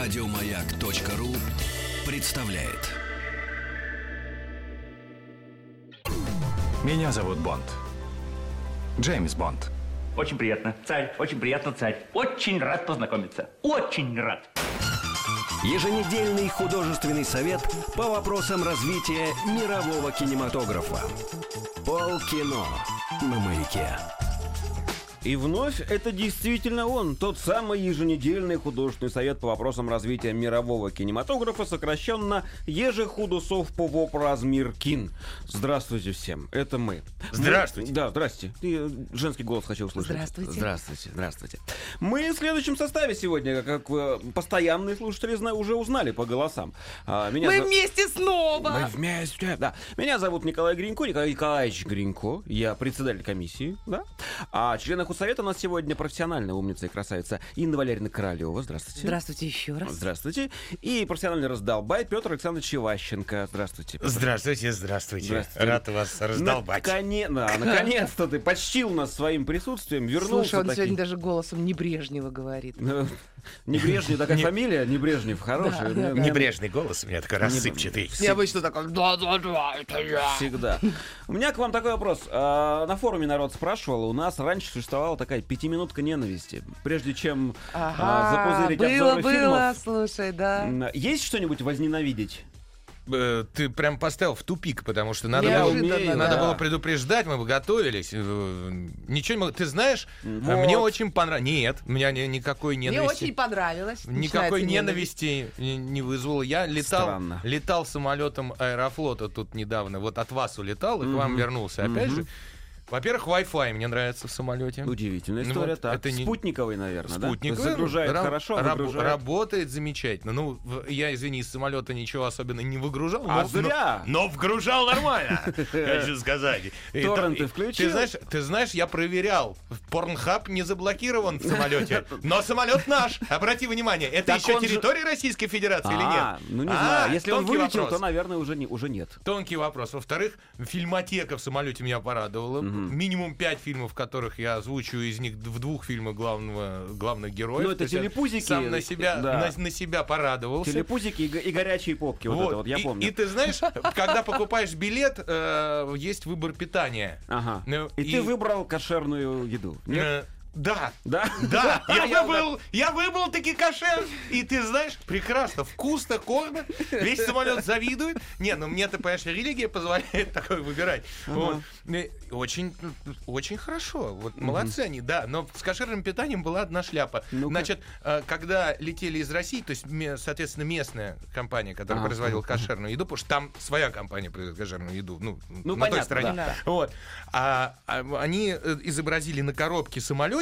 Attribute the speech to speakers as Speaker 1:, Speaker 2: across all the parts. Speaker 1: Радиомаяк.ру представляет.
Speaker 2: Меня зовут Бонд. Джеймс Бонд.
Speaker 3: Очень приятно, царь, очень приятно, царь. Очень рад познакомиться. Очень рад.
Speaker 1: Еженедельный художественный совет по вопросам развития мирового кинематографа. Полкино на маяке.
Speaker 4: И вновь это действительно он, тот самый еженедельный художественный совет по вопросам развития мирового кинематографа, сокращенно Ежехудусов Повоп Размир Кин. Здравствуйте всем, это мы.
Speaker 5: Здравствуйте.
Speaker 4: Мы- да, здрасте. Ты э, женский голос хочу услышать.
Speaker 6: Здравствуйте.
Speaker 4: Здравствуйте, здравствуйте. Мы в следующем составе сегодня, как вы, постоянные слушатели зна- уже узнали по голосам. А, меня
Speaker 6: Мы
Speaker 4: зов-
Speaker 6: вместе
Speaker 4: мы
Speaker 6: снова!
Speaker 4: вместе, да. Меня зовут Николай Гринько, Николай Николаевич Гринько. Я председатель комиссии, да. А члены худсовета у нас сегодня профессиональная умница и красавица Инна Валерьевна Королева. Здравствуйте.
Speaker 6: Здравствуйте еще раз.
Speaker 4: Здравствуйте. И профессиональный раздолбай Петр Александрович Иващенко. Здравствуйте.
Speaker 5: Здравствуйте, здравствуйте. Ну,
Speaker 4: Здравствуйте.
Speaker 5: Рад вас раздолбать.
Speaker 4: Наконе- да, наконец-то ты почтил нас своим присутствием, вернулся
Speaker 6: Слушай, он
Speaker 4: таки.
Speaker 6: сегодня даже голосом не Брежнева говорит.
Speaker 4: Э, Не Брежнев, такая
Speaker 5: Не-
Speaker 4: фамилия, не Брежнев, хорошая.
Speaker 6: да,
Speaker 4: Не-
Speaker 6: да.
Speaker 5: Небрежный голос у меня такой рассыпчатый.
Speaker 6: Я обычно такой, да-да-да, это я.
Speaker 4: Всегда. У меня к вам такой вопрос. А, На форуме народ спрашивал, у нас раньше существовала такая пятиминутка ненависти, прежде чем а,
Speaker 6: Ага,
Speaker 4: запузырить
Speaker 6: было,
Speaker 4: обзоры
Speaker 6: было,
Speaker 4: фильмов.
Speaker 6: слушай, да.
Speaker 4: М, Есть что-нибудь возненавидеть?
Speaker 5: Э, Ты прям поставил в тупик, потому что надо,
Speaker 6: Я
Speaker 5: было,
Speaker 6: умею,
Speaker 5: надо
Speaker 6: да.
Speaker 5: было предупреждать, мы бы готовились. Э, Ничего не могу. Ты знаешь, э,
Speaker 4: Вот.
Speaker 5: мне очень понравилось. Нет, у меня ни- никакой
Speaker 6: Мне
Speaker 5: ненависти.
Speaker 6: очень понравилось.
Speaker 5: Никакой
Speaker 6: Начинается
Speaker 5: ненависти не- не вызвало. Я летал,
Speaker 4: Странно.
Speaker 5: летал самолетом аэрофлота тут недавно. Вот от вас улетал и к вам вернулся. Опять же, во-первых, Wi-Fi мне нравится в самолете.
Speaker 4: Удивительная
Speaker 5: Ну
Speaker 4: история,
Speaker 5: вот
Speaker 4: так.
Speaker 5: это не-
Speaker 4: Спутниковый, наверное, да?
Speaker 5: Спутник
Speaker 4: То есть Загружает
Speaker 5: раб-
Speaker 4: хорошо,
Speaker 5: раб-
Speaker 4: выгружает-
Speaker 5: работает замечательно. Ну, в- я, извини, из самолета ничего особенно не выгружал.
Speaker 4: А
Speaker 5: но,
Speaker 4: зря!
Speaker 5: Но, но вгружал нормально, хочу сказать. И
Speaker 4: Торренты
Speaker 5: то- и-
Speaker 4: включил?
Speaker 5: Ты знаешь, ты знаешь, я проверял. Порнхаб не заблокирован в самолете. Но самолет наш. Обрати внимание, это
Speaker 4: Так
Speaker 5: еще
Speaker 4: он же-
Speaker 5: территория Российской Федерации или
Speaker 4: А,
Speaker 5: нет?
Speaker 4: ну не
Speaker 5: А,
Speaker 4: знаю. Если он
Speaker 5: тонкий
Speaker 4: вылетел,
Speaker 5: вопрос.
Speaker 4: то, наверное, уже не- уже нет.
Speaker 5: Тонкий вопрос. Во-вторых, фильмотека в самолете меня порадовала. Минимум пять фильмов, которых я озвучиваю, из них в двух фильмах главного, главных героя.
Speaker 4: Ну, это телепузики,
Speaker 5: Сам на себя,
Speaker 4: да.
Speaker 5: на, на себя порадовался.
Speaker 4: Телепузики и го- и горячие попки, вот это вот, я
Speaker 5: и,
Speaker 4: помню.
Speaker 5: и ты знаешь, когда покупаешь билет, э, есть выбор питания.
Speaker 4: Ага.
Speaker 5: Ну,
Speaker 4: И ты выбрал кошерную еду. Нет?
Speaker 5: Э, Да.
Speaker 4: Да?
Speaker 5: Да, А я
Speaker 4: Я
Speaker 5: выбрал, я выбрал таки кошер. И ты знаешь, прекрасно, вкусно, корно. Весь самолет завидует. Не, ну мне-то, понимаешь, религия позволяет такое выбирать. Вот. И Очень, очень хорошо. Вот молодцы они, да. Но с кошерным питанием была одна шляпа.
Speaker 4: Ну-ка.
Speaker 5: Значит, э, когда летели из России, то есть, ме- соответственно, местная компания, которая
Speaker 4: Ага.
Speaker 5: производила кошерную еду, потому что там своя компания производит кошерную еду. Ну,
Speaker 4: Ну,
Speaker 5: на той
Speaker 4: понятно,
Speaker 5: стороне.
Speaker 6: да.
Speaker 5: Вот. А, а, они э, изобразили на коробке самолетик,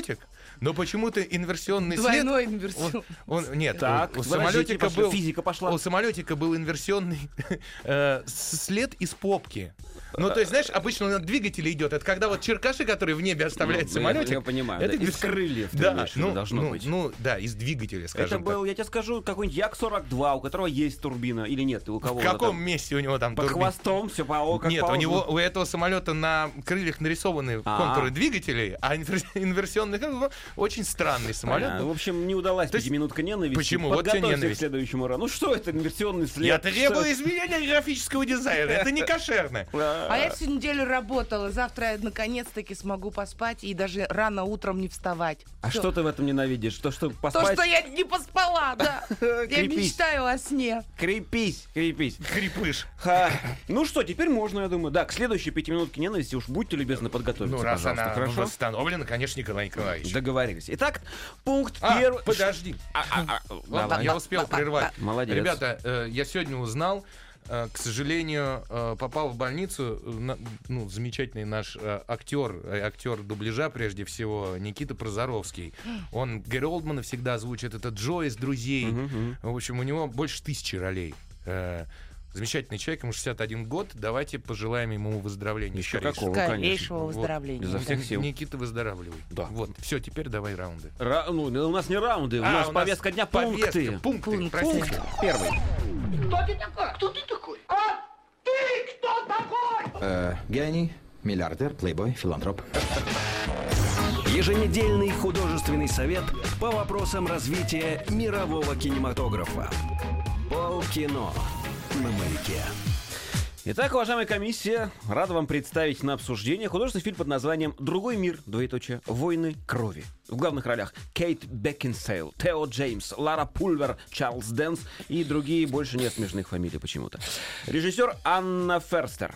Speaker 5: но почему-то инверсионный
Speaker 6: Двойной
Speaker 5: след.
Speaker 6: инверсион.
Speaker 5: Он, он- нет,
Speaker 4: Так,
Speaker 5: у, у
Speaker 4: подождите,
Speaker 5: самолетика
Speaker 4: пошли,
Speaker 5: был
Speaker 4: физика пошла.
Speaker 5: У самолетика был инверсионный э, с- след из попки. Ну, то есть, знаешь, обычно он от двигателя идет. Это когда вот черкаши, которые в небе оставляет
Speaker 4: Ну, я-
Speaker 5: самолетик.
Speaker 4: я понимаю, да, из
Speaker 5: без-
Speaker 4: крыльев, ты
Speaker 5: Да,
Speaker 4: имеешь в виду,
Speaker 5: ну,
Speaker 4: должно
Speaker 5: ну,
Speaker 4: быть.
Speaker 5: ну, да, из двигателя, скажем
Speaker 4: Это был, я тебе скажу, какой-нибудь Як-42, у которого есть турбина или нет, и у
Speaker 5: так.
Speaker 4: кого
Speaker 5: В
Speaker 4: она
Speaker 5: каком
Speaker 4: там?
Speaker 5: месте у него там
Speaker 4: Под
Speaker 5: турбина?
Speaker 4: хвостом все по как
Speaker 5: Нет, у
Speaker 4: положено.
Speaker 5: него у этого самолета на крыльях нарисованы
Speaker 4: А.
Speaker 5: контуры двигателей, а инвер- инверсионный как бы, очень странный самолет.
Speaker 4: Понятно. В общем, не удалась
Speaker 5: То есть-
Speaker 4: пятиминутка ненависти.
Speaker 5: Почему? Вот тебе
Speaker 4: Подготовься к
Speaker 5: ненависть.
Speaker 4: следующему рану. Ну что это, инверсионный след?
Speaker 5: Я требую
Speaker 4: Что-
Speaker 5: изменения графического дизайна. Это не кошерно.
Speaker 6: А я всю неделю работала. Завтра я наконец-таки смогу поспать и даже рано утром не вставать.
Speaker 4: А
Speaker 6: Всё.
Speaker 4: что ты в этом ненавидишь? То, что
Speaker 6: То,
Speaker 4: поспать...
Speaker 6: что я не поспала, да. Я
Speaker 4: Крепись.
Speaker 6: мечтаю о сне.
Speaker 4: Крепись, крепись.
Speaker 5: Крепыш.
Speaker 4: Ха. Ну что, теперь можно, я думаю. Да, к следующей пятиминутке ненависти уж будьте любезны подготовиться,
Speaker 5: Ну, раз
Speaker 4: пожалуйста.
Speaker 5: она
Speaker 4: Хорошо?
Speaker 5: восстановлена, конечно, Николай Николаевич.
Speaker 4: Договорились. Итак, пункт
Speaker 5: А,
Speaker 4: первый.
Speaker 5: подожди.
Speaker 4: Давай. а,
Speaker 5: Ладно, я успел прервать.
Speaker 4: Молодец.
Speaker 5: Ребята, э, я сегодня узнал, э, к сожалению, э, попал в больницу. э, на- Ну, замечательный наш э, актер, э, актер дубляжа, прежде всего, Никита Прозоровский. Он Гэри Олдмана всегда озвучит. Это Джо из «Друзей». В общем, у него больше тысячи ролей. Э, Замечательный человек, ему 61 год. Давайте пожелаем ему выздоровления.
Speaker 4: Еще
Speaker 5: скорейшего.
Speaker 4: какого, Ну, конечно.
Speaker 6: Скорейшего
Speaker 5: Вот.
Speaker 6: выздоровления.
Speaker 4: Изо
Speaker 6: да.
Speaker 4: всех сил.
Speaker 5: Никита, выздоравливай.
Speaker 4: Да.
Speaker 5: Вот, все, теперь давай раунды.
Speaker 4: Ра- ну, у нас не раунды, у
Speaker 5: А,
Speaker 4: нас повестка дня
Speaker 5: повестка,
Speaker 4: пункты.
Speaker 5: Пункты,
Speaker 6: Пункт.
Speaker 5: простите.
Speaker 4: Пункт первый.
Speaker 7: Э, гений, миллиардер, плейбой, филантроп.
Speaker 1: Еженедельный художественный совет по вопросам развития мирового кинематографа. Полкино на маяке.
Speaker 4: Итак, уважаемая комиссия, рада вам представить на обсуждение художественный фильм под названием «Другой мир. Двоеточие. Войны крови». В главных ролях Кейт Бекинсейл, Тео Джеймс, Лара Пульвер, Чарльз Дэнс и другие больше нет смешных фамилий почему-то. Режиссер Анна Ферстер.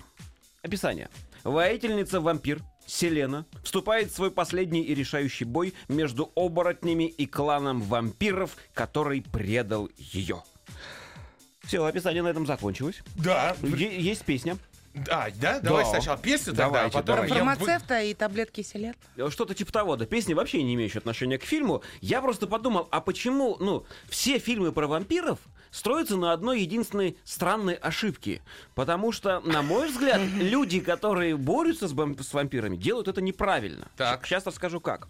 Speaker 4: Описание. Воительница-вампир Селена вступает в свой последний и решающий бой между оборотнями и кланом вампиров, который предал ее. Все, описание на этом закончилось.
Speaker 5: Да.
Speaker 4: Ну, Е- есть песня.
Speaker 5: А, да? Давай сначала песню тогда, а
Speaker 4: Давайте,
Speaker 5: потом...
Speaker 4: давайте.
Speaker 5: я бы-
Speaker 6: Фармацевта а и таблетки селен.
Speaker 4: Э, Что-то типа того, да. Песни вообще не имеющие отношения к фильму. Я просто подумал, а почему, ну, все фильмы про вампиров строятся на одной единственной странной ошибке. Потому что, на мой взгляд, люди, которые борются с, бам- с вампирами, делают это неправильно.
Speaker 5: Так.
Speaker 4: Сейчас расскажу как.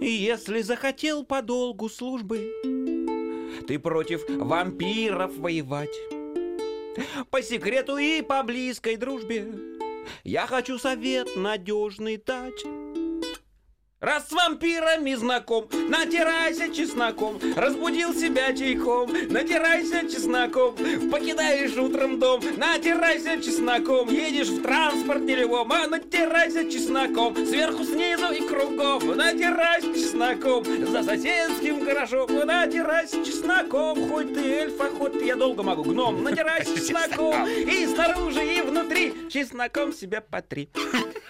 Speaker 4: Если захотел по долгу службы, ты против вампиров воевать. По секрету и по близкой дружбе я хочу совет надежный дать. Раз с вампирами знаком, натирайся чесноком, разбудил себя чайком, натирайся чесноком, покидаешь утром дом, натирайся чесноком, едешь в транспорте любом, а натирайся чесноком, сверху, снизу и кругом, натирайся чесноком, за соседским гаражом, натирайся чесноком, хоть ты эльф, а хоть я долго могу гном, натирайся чесноком, и снаружи, и внутри, чесноком себя потри.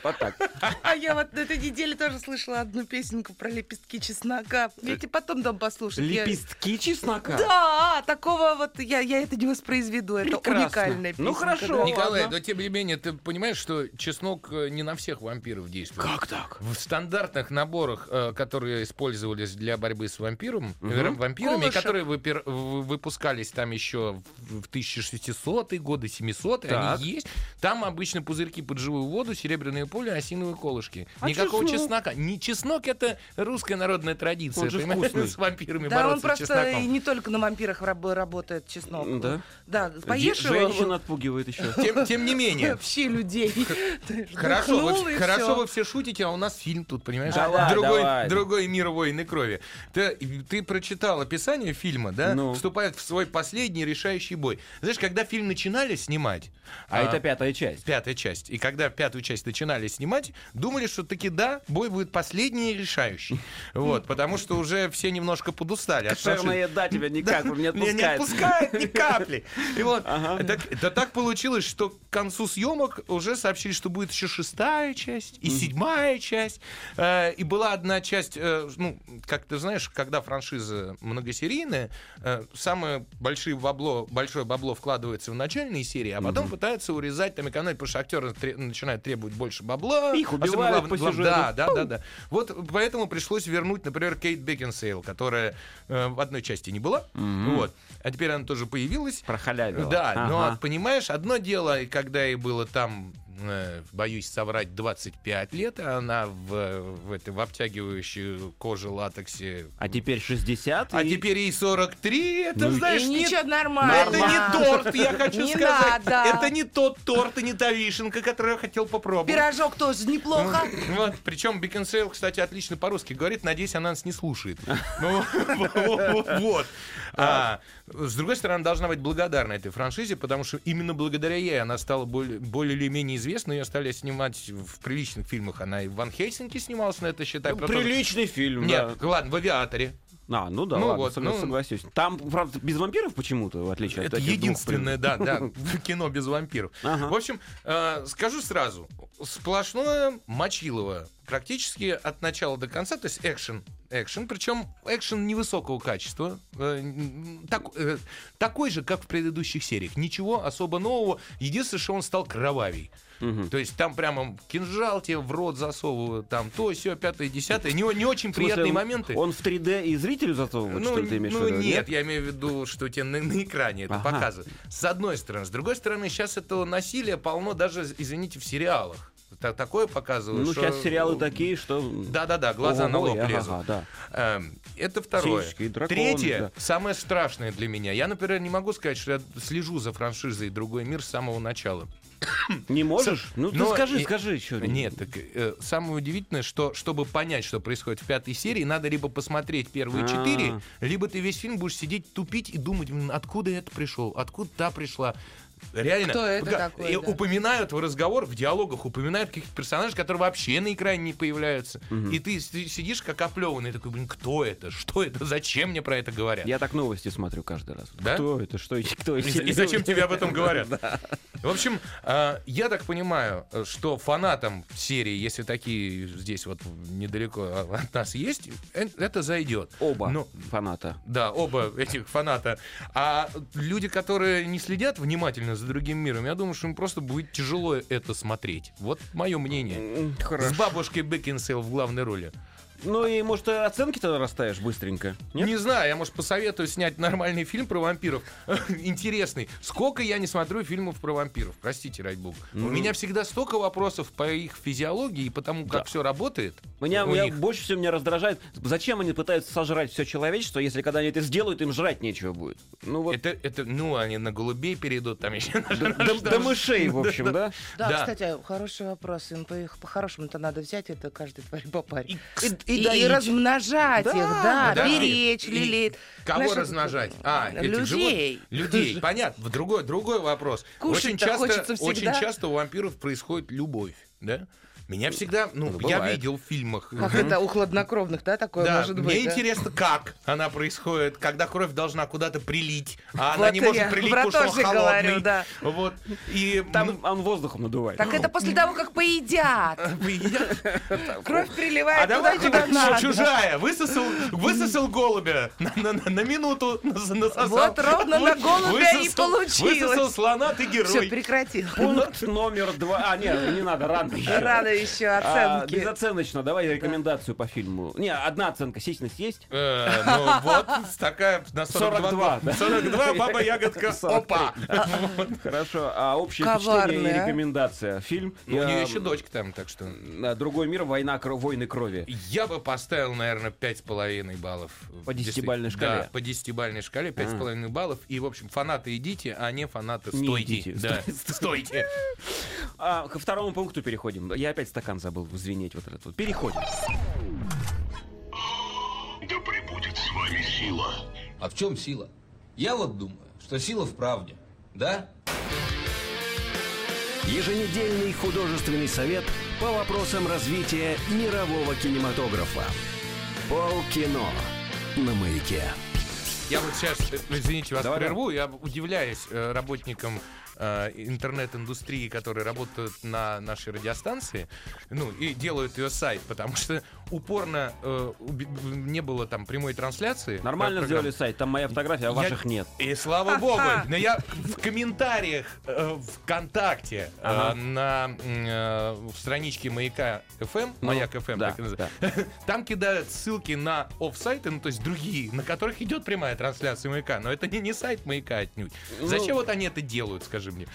Speaker 4: Вот так.
Speaker 6: А я вот на этой неделе тоже слышала одну песенку про лепестки чеснока. Я тебе потом дам послушать. Я-
Speaker 4: Лепестки чеснока?
Speaker 6: Да, такого вот я, я это не воспроизведу. Это
Speaker 4: Прекрасно.
Speaker 6: уникальная песенка.
Speaker 4: Ну, хорошо.
Speaker 6: да.
Speaker 5: Николай,
Speaker 4: Ладно.
Speaker 5: но тем не менее, ты понимаешь, что чеснок э, не на всех вампиров действует. Как так? В стандартных наборах, э, которые использовались для борьбы с вампиром, э, вампирами,
Speaker 6: Колышек.
Speaker 5: которые выпир- в- выпускались там еще в в 1600-е годы, 700-е,
Speaker 4: Так.
Speaker 5: они есть. Там обычно пузырьки под живую воду, серебряные пули, осиновые колышки.
Speaker 4: А
Speaker 5: Никакого
Speaker 4: чеснок?
Speaker 5: чеснока. Не чеснок это русская народная традиция.
Speaker 4: Он же
Speaker 5: понимаешь,
Speaker 4: вкусный.
Speaker 5: С вампирами
Speaker 6: Да, он
Speaker 5: бороться
Speaker 6: просто
Speaker 5: чесноком.
Speaker 6: и не только на вампирах раб- работает чеснок.
Speaker 4: Да?
Speaker 6: Да,
Speaker 4: Де-
Speaker 6: поешь его.
Speaker 4: Женщина отпугивает еще.
Speaker 5: Тем- тем не менее.
Speaker 6: Вообще людей.
Speaker 5: Хорошо,
Speaker 6: Вдохнул,
Speaker 5: вы,
Speaker 6: и
Speaker 5: хорошо
Speaker 6: всё.
Speaker 5: вы все шутите, а у нас фильм тут, понимаешь?
Speaker 4: Давай,
Speaker 5: другой,
Speaker 4: давай.
Speaker 5: другой мир войны крови. Ты, ты прочитал описание фильма, да?
Speaker 4: Ну.
Speaker 5: Вступает в свой последний решающий бой. Знаешь, когда фильм начинали снимать,
Speaker 4: А это пятая часть.
Speaker 5: пятая часть, и когда пятую часть начинали снимать, думали, что таки да, бой будет последний и решающий. Вот, потому что уже все немножко подустали. от нашей-
Speaker 4: Шерная да тебя никак
Speaker 5: да,
Speaker 4: не
Speaker 5: меня не
Speaker 4: отпускает.
Speaker 5: отпускает ни капли. И вот, э, так, да так получилось, что к концу съемок уже сообщили, что будет еще шестая часть и седьмая часть. Э, И была одна часть, э, ну, как ты знаешь, когда франшиза многосерийная, э, самое большие бабло, большое бабло вкладывается в начальные серии, а потом пытаются урезать, там, экономить, потому что актеры тре- начинают требовать больше бабла.
Speaker 4: Их
Speaker 5: Особенно
Speaker 4: убивают
Speaker 5: глав-
Speaker 4: по
Speaker 5: глав-
Speaker 4: сюжету.
Speaker 5: Да, да, да, да. Вот поэтому пришлось вернуть, например, Кейт Бекинсейл, которая э, в одной части не была. Вот. А теперь она тоже появилась.
Speaker 4: Прохалявила.
Speaker 5: Да, но
Speaker 4: Ага.
Speaker 5: понимаешь, одно дело, и когда ей было там, э, боюсь соврать, 25 лет, а она в, в, этой- в обтягивающей коже латексе.
Speaker 4: А теперь 60.
Speaker 5: А
Speaker 4: и-
Speaker 5: теперь ей 43, это,
Speaker 4: Ну,
Speaker 5: знаешь,
Speaker 6: И
Speaker 5: не
Speaker 6: ничего,
Speaker 5: но
Speaker 6: нормально.
Speaker 5: это не торт, я хочу
Speaker 6: Не
Speaker 5: сказать.
Speaker 6: надо.
Speaker 5: Это не тот торт и не та вишенка, которую я хотел попробовать.
Speaker 6: Пирожок тоже неплохо.
Speaker 5: Вот, причем Бекинсейл, кстати, отлично по-русски говорит. Надеюсь, она нас не слушает. Ну, Вот. А, С другой стороны, должна быть благодарна этой франшизе, потому что именно благодаря ей она стала более- более или менее известна. Ее стали снимать в приличных фильмах. Она и в Ван Хельсинки снималась, но это считай. про то, что-
Speaker 4: Приличный фильм,
Speaker 5: Нет, ладно, в «Авиаторе».
Speaker 4: да. А, ну да,
Speaker 5: Ну
Speaker 4: ладно,
Speaker 5: вот,
Speaker 4: согла-
Speaker 5: ну-
Speaker 4: согласюсь. Там, правда, без вампиров почему-то, в отличие от
Speaker 5: Это
Speaker 4: таких двух
Speaker 5: единственное,
Speaker 4: фильмов.
Speaker 5: да, да, в кино без вампиров.
Speaker 4: Ага.
Speaker 5: В общем, э, скажу сразу, сплошное мочилово. Практически от начала до конца, то есть экшен. Экшен, причем экшен невысокого качества. Э, м, так- э, такой же, как в предыдущих сериях. Ничего особо нового. Единственное, что он стал кровавей. То есть там прямо кинжал тебе в рот засовывают, там то, все, пятое, десятое. Не, не очень
Speaker 4: В смысле,
Speaker 5: приятные
Speaker 4: он-
Speaker 5: моменты.
Speaker 4: Он в 3D и зрителю засовывает, что ли, ты имеешь
Speaker 5: ну,
Speaker 4: в виду?
Speaker 5: нет, я имею в виду, что тебе на, на экране это
Speaker 4: Ага.
Speaker 5: показывают. С одной стороны. С другой стороны, сейчас этого насилия полно даже, извините, в сериалах. Та- такое показывают.
Speaker 4: Ну,
Speaker 5: что-
Speaker 4: сейчас сериалы такие, что...
Speaker 5: Да-да-да, глаза на
Speaker 4: Ого-го,
Speaker 5: лоб
Speaker 4: ага,
Speaker 5: лезут.
Speaker 4: да.
Speaker 5: Эм, Это второе.
Speaker 4: Сиськи и драконы,
Speaker 5: Третье,
Speaker 4: да.
Speaker 5: самое страшное для меня. Я, например, не могу сказать, что я слежу за франшизой «Другой мир» с самого начала.
Speaker 8: Не можешь? Ну, ты
Speaker 5: Но
Speaker 8: скажи,
Speaker 5: и-
Speaker 8: скажи еще.
Speaker 5: Нет, так э, самое удивительное, что чтобы понять, что происходит в пятой серии, надо либо посмотреть первые
Speaker 8: А.
Speaker 5: четыре, либо ты весь фильм будешь сидеть тупить и думать, «М, откуда это пришел, откуда та пришла. Реально.
Speaker 6: Кто это
Speaker 5: Га-
Speaker 6: такой,
Speaker 5: и
Speaker 6: да.
Speaker 5: Упоминают в разговор, в диалогах упоминают каких-то персонажей, которые вообще на экране не появляются. И ты с- сидишь как оплеванный такой, блин, кто это, что это, зачем мне про это говорят?
Speaker 8: Я так новости смотрю каждый раз.
Speaker 5: Да?
Speaker 8: Кто это? Что? Кто
Speaker 5: И,
Speaker 8: эти
Speaker 5: и зачем
Speaker 8: люди?
Speaker 5: тебе об этом говорят? В общем, э, я так понимаю, э, что фанатам серии, если такие здесь вот недалеко от нас есть, э, это зайдет.
Speaker 8: Оба
Speaker 5: Но-
Speaker 8: фаната.
Speaker 5: да, оба этих фаната. А люди, которые не следят внимательно за другим миром, я думаю, что им просто будет тяжело это смотреть. Вот мое мнение.
Speaker 8: Хорошо.
Speaker 5: С бабушкой Бекинсейл в главной роли.
Speaker 8: Ну и, может, ты оценки тогда расставишь быстренько? Нет?
Speaker 5: Не знаю, я, может, посоветую снять нормальный фильм про вампиров. Интересный. Сколько я не смотрю фильмов про вампиров, простите, ради бога.
Speaker 8: Ну.
Speaker 5: У меня всегда столько вопросов по их физиологии и по тому, как все работает.
Speaker 8: Меня,
Speaker 5: у
Speaker 8: меня
Speaker 5: них.
Speaker 8: больше всего меня раздражает, зачем они пытаются сожрать все человечество, если когда они это сделают, им жрать нечего будет. Ну вот,
Speaker 5: Это, это, ну, они на голубей перейдут, там еще на
Speaker 8: до,
Speaker 5: на
Speaker 8: до-
Speaker 5: что
Speaker 8: до
Speaker 5: ж.
Speaker 8: мышей, в общем, да?
Speaker 6: Да,
Speaker 5: Да.
Speaker 6: кстати, хороший вопрос. Им по- их по-хорошему-то надо взять это каждой твари по паре. И,
Speaker 8: и доить.
Speaker 6: размножать их, да,
Speaker 5: Да.
Speaker 6: А, беречь,
Speaker 5: И-
Speaker 6: лелеять.
Speaker 5: Кого
Speaker 6: Знаешь, э,
Speaker 5: размножать? А, этих
Speaker 6: людей.
Speaker 5: животных? Людей, понятно. В Другой, другой вопрос.
Speaker 6: Кушать-то
Speaker 5: очень часто,
Speaker 6: хочется
Speaker 5: очень
Speaker 6: всегда.
Speaker 5: часто у вампиров происходит любовь, да? Меня всегда, ну,
Speaker 8: Ну,
Speaker 5: я
Speaker 8: бывает.
Speaker 5: видел в фильмах.
Speaker 6: Как это у хладнокровных, да, такое
Speaker 5: Да,
Speaker 6: может
Speaker 5: мне
Speaker 6: быть? да?
Speaker 5: интересно, как она происходит, когда кровь должна куда-то прилить, а она
Speaker 6: Вот
Speaker 5: не
Speaker 6: я
Speaker 5: может прилить,
Speaker 6: про
Speaker 5: потому что
Speaker 6: то
Speaker 5: он
Speaker 6: же
Speaker 5: холодный.
Speaker 6: говорю, да.
Speaker 5: Вот. И
Speaker 8: Там Ну, он воздухом надувает.
Speaker 6: Так это после того, как поедят.
Speaker 5: ну, едят.
Speaker 6: Кровь
Speaker 5: А
Speaker 6: приливает туда,
Speaker 5: давайте
Speaker 6: куда
Speaker 5: вот
Speaker 6: надо.
Speaker 5: чужая высосал, высосал голубя на, на- на- на минуту нас- насосал.
Speaker 6: Вот ровно на голубя и
Speaker 5: высосал-
Speaker 6: получилось.
Speaker 5: Высосал слона, ты
Speaker 6: Все,
Speaker 5: герой.
Speaker 6: прекратил.
Speaker 8: Пункт номер два. А, нет, не надо, рано еще.
Speaker 6: Рано еще
Speaker 8: А,
Speaker 6: оценки.
Speaker 8: безоценочно, давай рекомендацию по фильму. Не, одна оценка, сисьность есть?
Speaker 5: Э, Ну вот такая на
Speaker 8: 42,
Speaker 5: 42.
Speaker 8: да.
Speaker 5: 42, баба ягодка. Опа.
Speaker 8: Хорошо, а общее впечатление
Speaker 6: Коварная.
Speaker 8: и рекомендация. Фильм.
Speaker 5: Ну, У
Speaker 8: э,
Speaker 5: нее еще дочка там, так что...
Speaker 8: э, Другой мир, война, кро- войны крови.
Speaker 5: Я бы поставил, наверное, 5,5 баллов.
Speaker 8: По десятибалльной шкале? А.
Speaker 5: Да, по десятибалльной шкале 5,5 баллов. И, в общем, фанаты идите, а не фанаты
Speaker 8: Не
Speaker 5: стойте.
Speaker 8: идите.
Speaker 5: Да, стойте.
Speaker 8: А, ко второму пункту переходим. Я опять стакан забыл звенеть вот этот. вот. Переходим.
Speaker 9: Да пребудет с вами сила.
Speaker 7: А в чем сила? Я вот думаю, что сила в правде. Да?
Speaker 1: Еженедельный художественный совет по вопросам развития мирового кинематографа. Полкино на маяке.
Speaker 5: Я вот сейчас, извините, вас
Speaker 8: Давай,
Speaker 5: прерву. Я удивляюсь э, работникам э, интернет-индустрии, которые работают на нашей радиостанции, ну, и делают ее сайт, потому что упорно э, уби- не было там прямой трансляции.
Speaker 8: Нормально
Speaker 5: Программ.
Speaker 8: сделали сайт, там моя фотография, а
Speaker 5: Я-
Speaker 8: ваших нет.
Speaker 5: И слава богу, но я в комментариях э, ВКонтакте э,
Speaker 8: Ага.
Speaker 5: на м, э, в страничке Маяка ФМ,
Speaker 8: Ну,
Speaker 5: Маяк ФМ,
Speaker 8: да,
Speaker 5: так и называется, там кидают ссылки на офсайты, ну то есть другие, на которых идет прямая трансляция Маяка, но это не, не сайт Маяка отнюдь. Зачем вот они это делают, скажи мне?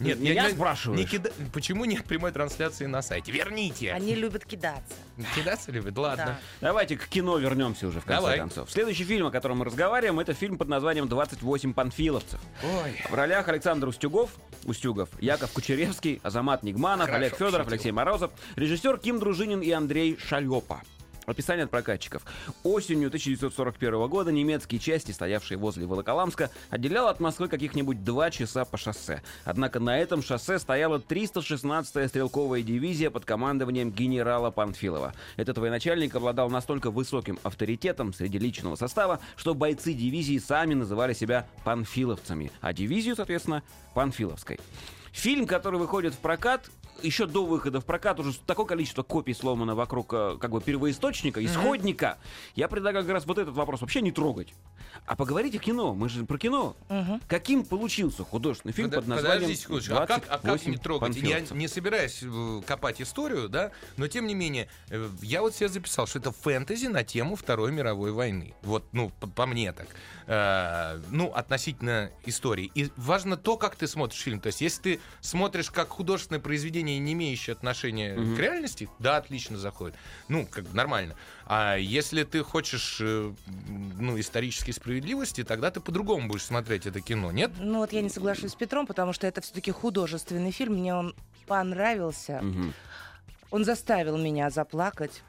Speaker 5: Нет,
Speaker 8: Ну, Меня
Speaker 5: я не-
Speaker 8: спрашиваешь?
Speaker 5: не кида- Почему нет прямой трансляции на сайте? Верните!
Speaker 6: Они любят кидаться.
Speaker 5: Кидаться любят? Ладно.
Speaker 8: Давайте к кино вернемся уже в конце
Speaker 5: Давай.
Speaker 8: концов. Следующий фильм, о котором мы разговариваем, это фильм под названием «28 панфиловцев».
Speaker 5: Ой.
Speaker 8: В ролях Александр Устюгов, Устюгов, Яков Кучеревский, Азамат Нигманов,
Speaker 5: Хорошо,
Speaker 8: Олег Федоров,
Speaker 5: шутил.
Speaker 8: Алексей Морозов, режиссер Ким Дружинин и Андрей Шалепа. Описание от прокатчиков. Осенью 1941 года немецкие части, стоявшие возле Волоколамска, отделяло от Москвы каких-нибудь два часа по шоссе. Однако на этом шоссе стояла 316-я стрелковая дивизия под командованием генерала Панфилова. Этот военачальник обладал настолько высоким авторитетом среди личного состава, что бойцы дивизии сами называли себя панфиловцами, а дивизию, соответственно, панфиловской. Фильм, который выходит в прокат, еще до выхода в прокат уже такое количество копий сломано вокруг э, как бы первоисточника, исходника. Я предлагаю как раз вот этот вопрос вообще не трогать. А поговорить о кино. Мы же про кино. Каким получился художественный фильм
Speaker 5: Подо-
Speaker 8: под названием
Speaker 5: подожди секундочку, а как, а как не
Speaker 8: 28
Speaker 5: трогать? Я
Speaker 8: панфиловцев?
Speaker 5: не собираюсь э, копать историю, да, но тем не менее, э, я вот себе записал, что это фэнтези на тему Второй мировой войны. Вот, ну, по, по мне так. Э, ну, относительно истории. И важно то, как ты смотришь фильм. То есть, если ты смотришь как художественное произведение произведение, не имеющее отношения к реальности, да, отлично заходит. Ну, как бы нормально. А если ты хочешь, э, ну, исторической справедливости, тогда ты по-другому будешь смотреть это кино, нет?
Speaker 6: Ну вот я не соглашусь с Петром, потому что это все-таки художественный фильм. Мне он понравился. Он заставил меня заплакать.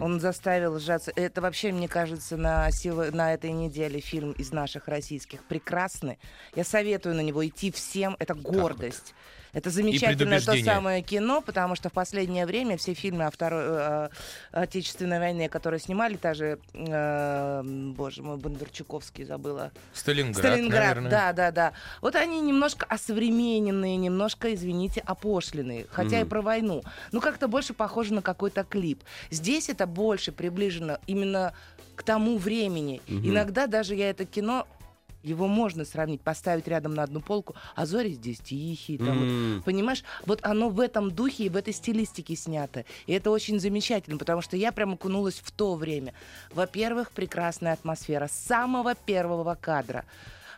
Speaker 6: Он заставил сжаться. Это вообще, мне кажется, на, сего- на этой неделе фильм из наших российских прекрасный. Я советую на него идти всем. Это гордость. Это замечательное то
Speaker 5: предубеждение.
Speaker 6: самое кино, потому что в последнее время все фильмы о Второй э, Отечественной войне, которые снимали, та же, э, боже мой, Бондарчуковский забыла.
Speaker 5: Сталинград,
Speaker 6: Сталинград,
Speaker 5: наверное.
Speaker 6: да, да, да. Вот они немножко осовремененные, немножко, извините, опошленные, хотя и про войну. Ну, как-то больше похоже на какой-то клип. Здесь это больше приближено именно к тому времени. Иногда даже я это кино его можно сравнить, поставить рядом на одну полку, а зори здесь тихие. Там, вот.
Speaker 8: М.
Speaker 6: Понимаешь, вот оно в этом духе и в этой стилистике снято. И это очень замечательно, потому что я прям окунулась в то время. Во-первых, прекрасная атмосфера с самого первого кадра.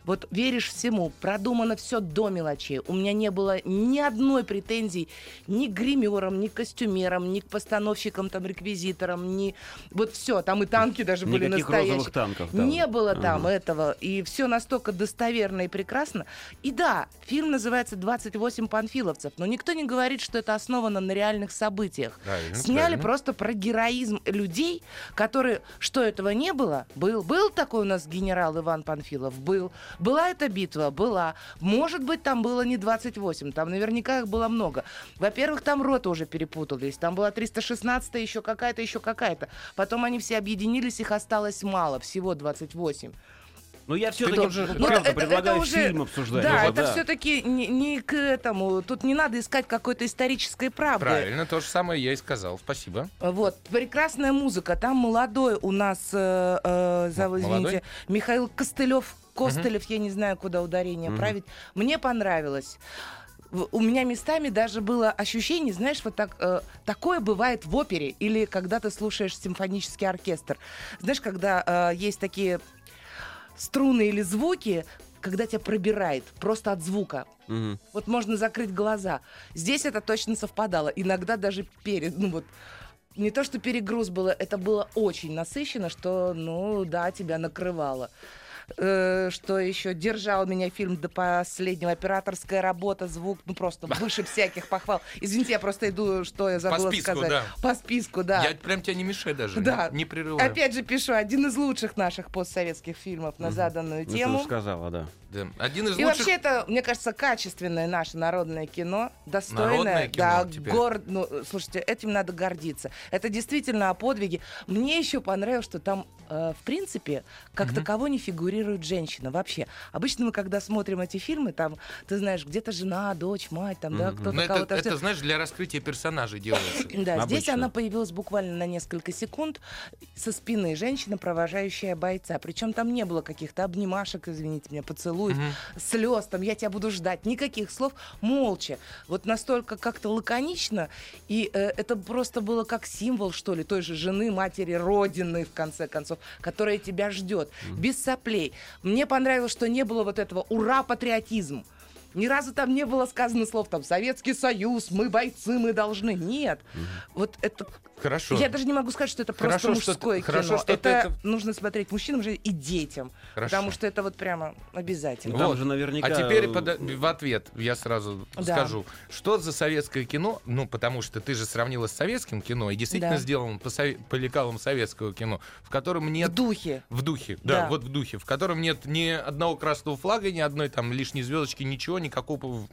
Speaker 6: Вот веришь всему, продумано все до мелочей. У меня не было ни одной претензии ни к гримерам, ни к костюмерам, ни к постановщикам, там, реквизиторам, ни... Вот все, там и танки даже были
Speaker 8: Никаких
Speaker 6: настоящие.
Speaker 8: розовых танков, да,
Speaker 6: Не
Speaker 8: вот.
Speaker 6: было там
Speaker 8: Ага.
Speaker 6: этого. И все настолько достоверно и прекрасно. И да, фильм называется «28 панфиловцев», но никто не говорит, что это основано на реальных событиях.
Speaker 5: Правильно,
Speaker 6: Сняли
Speaker 5: правильно.
Speaker 6: просто про героизм людей, которые, что этого не было, был. Был такой у нас генерал Иван Панфилов? Был. Была эта битва? Была. Может быть, там было не 28, там наверняка их было много. Во-первых, там роты уже перепутались, там была 316 еще какая-то, еще какая-то. Потом они все объединились, их осталось мало, всего 28.
Speaker 8: Ну, я все-таки
Speaker 6: Кто- Ну, это- это
Speaker 8: предлагаю
Speaker 6: уже-
Speaker 8: фильм Типа, обсуждать.
Speaker 6: Да,
Speaker 8: уже,
Speaker 6: это все-таки не, не к этому. Тут не надо искать какой-то исторической правды.
Speaker 5: Правильно, то же самое я и сказал. Спасибо.
Speaker 6: Вот, прекрасная музыка. Там молодой у нас, э, э, зовут,
Speaker 5: М- молодой?
Speaker 6: извините, Михаил Костылев. Костылев, я не знаю, куда ударение править. Мне понравилось. В- У меня местами даже было ощущение, знаешь, вот так, э, такое бывает в опере или когда ты слушаешь симфонический оркестр. Знаешь, когда э, есть такие струны или звуки, когда тебя пробирает просто от звука.
Speaker 8: Мгм.
Speaker 6: Вот можно закрыть глаза. Здесь это точно совпадало. Иногда даже перед, ну вот, не то, что перегруз было, это было очень насыщенно, что, ну да, тебя накрывало. Э, Что еще? Держал меня фильм до последнего. Операторская работа, звук, ну просто выше всяких похвал. Извините, я просто иду, что я забыла
Speaker 5: списку,
Speaker 6: сказать.
Speaker 5: да.
Speaker 6: По списку, да.
Speaker 5: Я прям тебя не мешаю даже.
Speaker 6: Да.
Speaker 5: Не, не прерываю.
Speaker 6: Опять же пишу, один из лучших наших постсоветских фильмов на заданную
Speaker 8: Ну, ты же
Speaker 6: тему.
Speaker 8: сказала, да.
Speaker 5: Да. Один из
Speaker 6: И
Speaker 5: лучших.
Speaker 6: вообще это, мне кажется, качественное наше народное кино, достойное,
Speaker 5: Народное кино
Speaker 6: да,
Speaker 5: теперь.
Speaker 6: гор- ну, э, слушайте, этим надо гордиться. Это действительно о подвиге. Мне еще понравилось, что там, э, в принципе, как таково не фигурирует женщина вообще. Обычно мы, когда смотрим эти фильмы, там, ты знаешь, где-то жена, дочь, мать, там, да, кто-то
Speaker 5: Но Ну, это,
Speaker 6: кого-то...
Speaker 5: это,
Speaker 6: всё.
Speaker 5: знаешь, для раскрытия персонажей делается.
Speaker 6: Да, здесь
Speaker 8: Обычно.
Speaker 6: она появилась буквально на несколько секунд со спины женщина, провожающая бойца. Причем там не было каких-то обнимашек, извините меня, поцелуев, слез, там я тебя буду ждать, никаких слов, молча. Вот настолько как-то лаконично, и э, это просто было как символ, что ли, той же жены, матери, родины, в конце концов, которая тебя ждет, без соплей. Мне понравилось, что не было вот этого «Ура, патриотизм!» Ни разу там не было сказано слов там Советский Союз, мы бойцы, мы должны. Нет. Вот это.
Speaker 5: Хорошо.
Speaker 6: Я даже не могу сказать, что это просто
Speaker 5: Хорошо, что
Speaker 6: мужское
Speaker 5: ты-
Speaker 6: кино.
Speaker 5: хорошо, что
Speaker 6: это
Speaker 5: ты это-
Speaker 6: нужно смотреть мужчинам же и детям.
Speaker 5: Хорошо.
Speaker 6: Потому что это вот прямо обязательно.
Speaker 8: Там же наверняка-
Speaker 5: А теперь пода- в ответ я сразу
Speaker 6: Да.
Speaker 5: скажу, что за советское кино, ну, потому что ты же сравнила с советским кино, и действительно
Speaker 6: Да.
Speaker 5: сделано по, сове- по лекалам советского кино, в котором нет...
Speaker 6: В духе.
Speaker 5: В духе, да,
Speaker 6: Да.
Speaker 5: вот в духе, в котором нет ни одного красного флага, ни одной там лишней звездочки, ничего, никакого.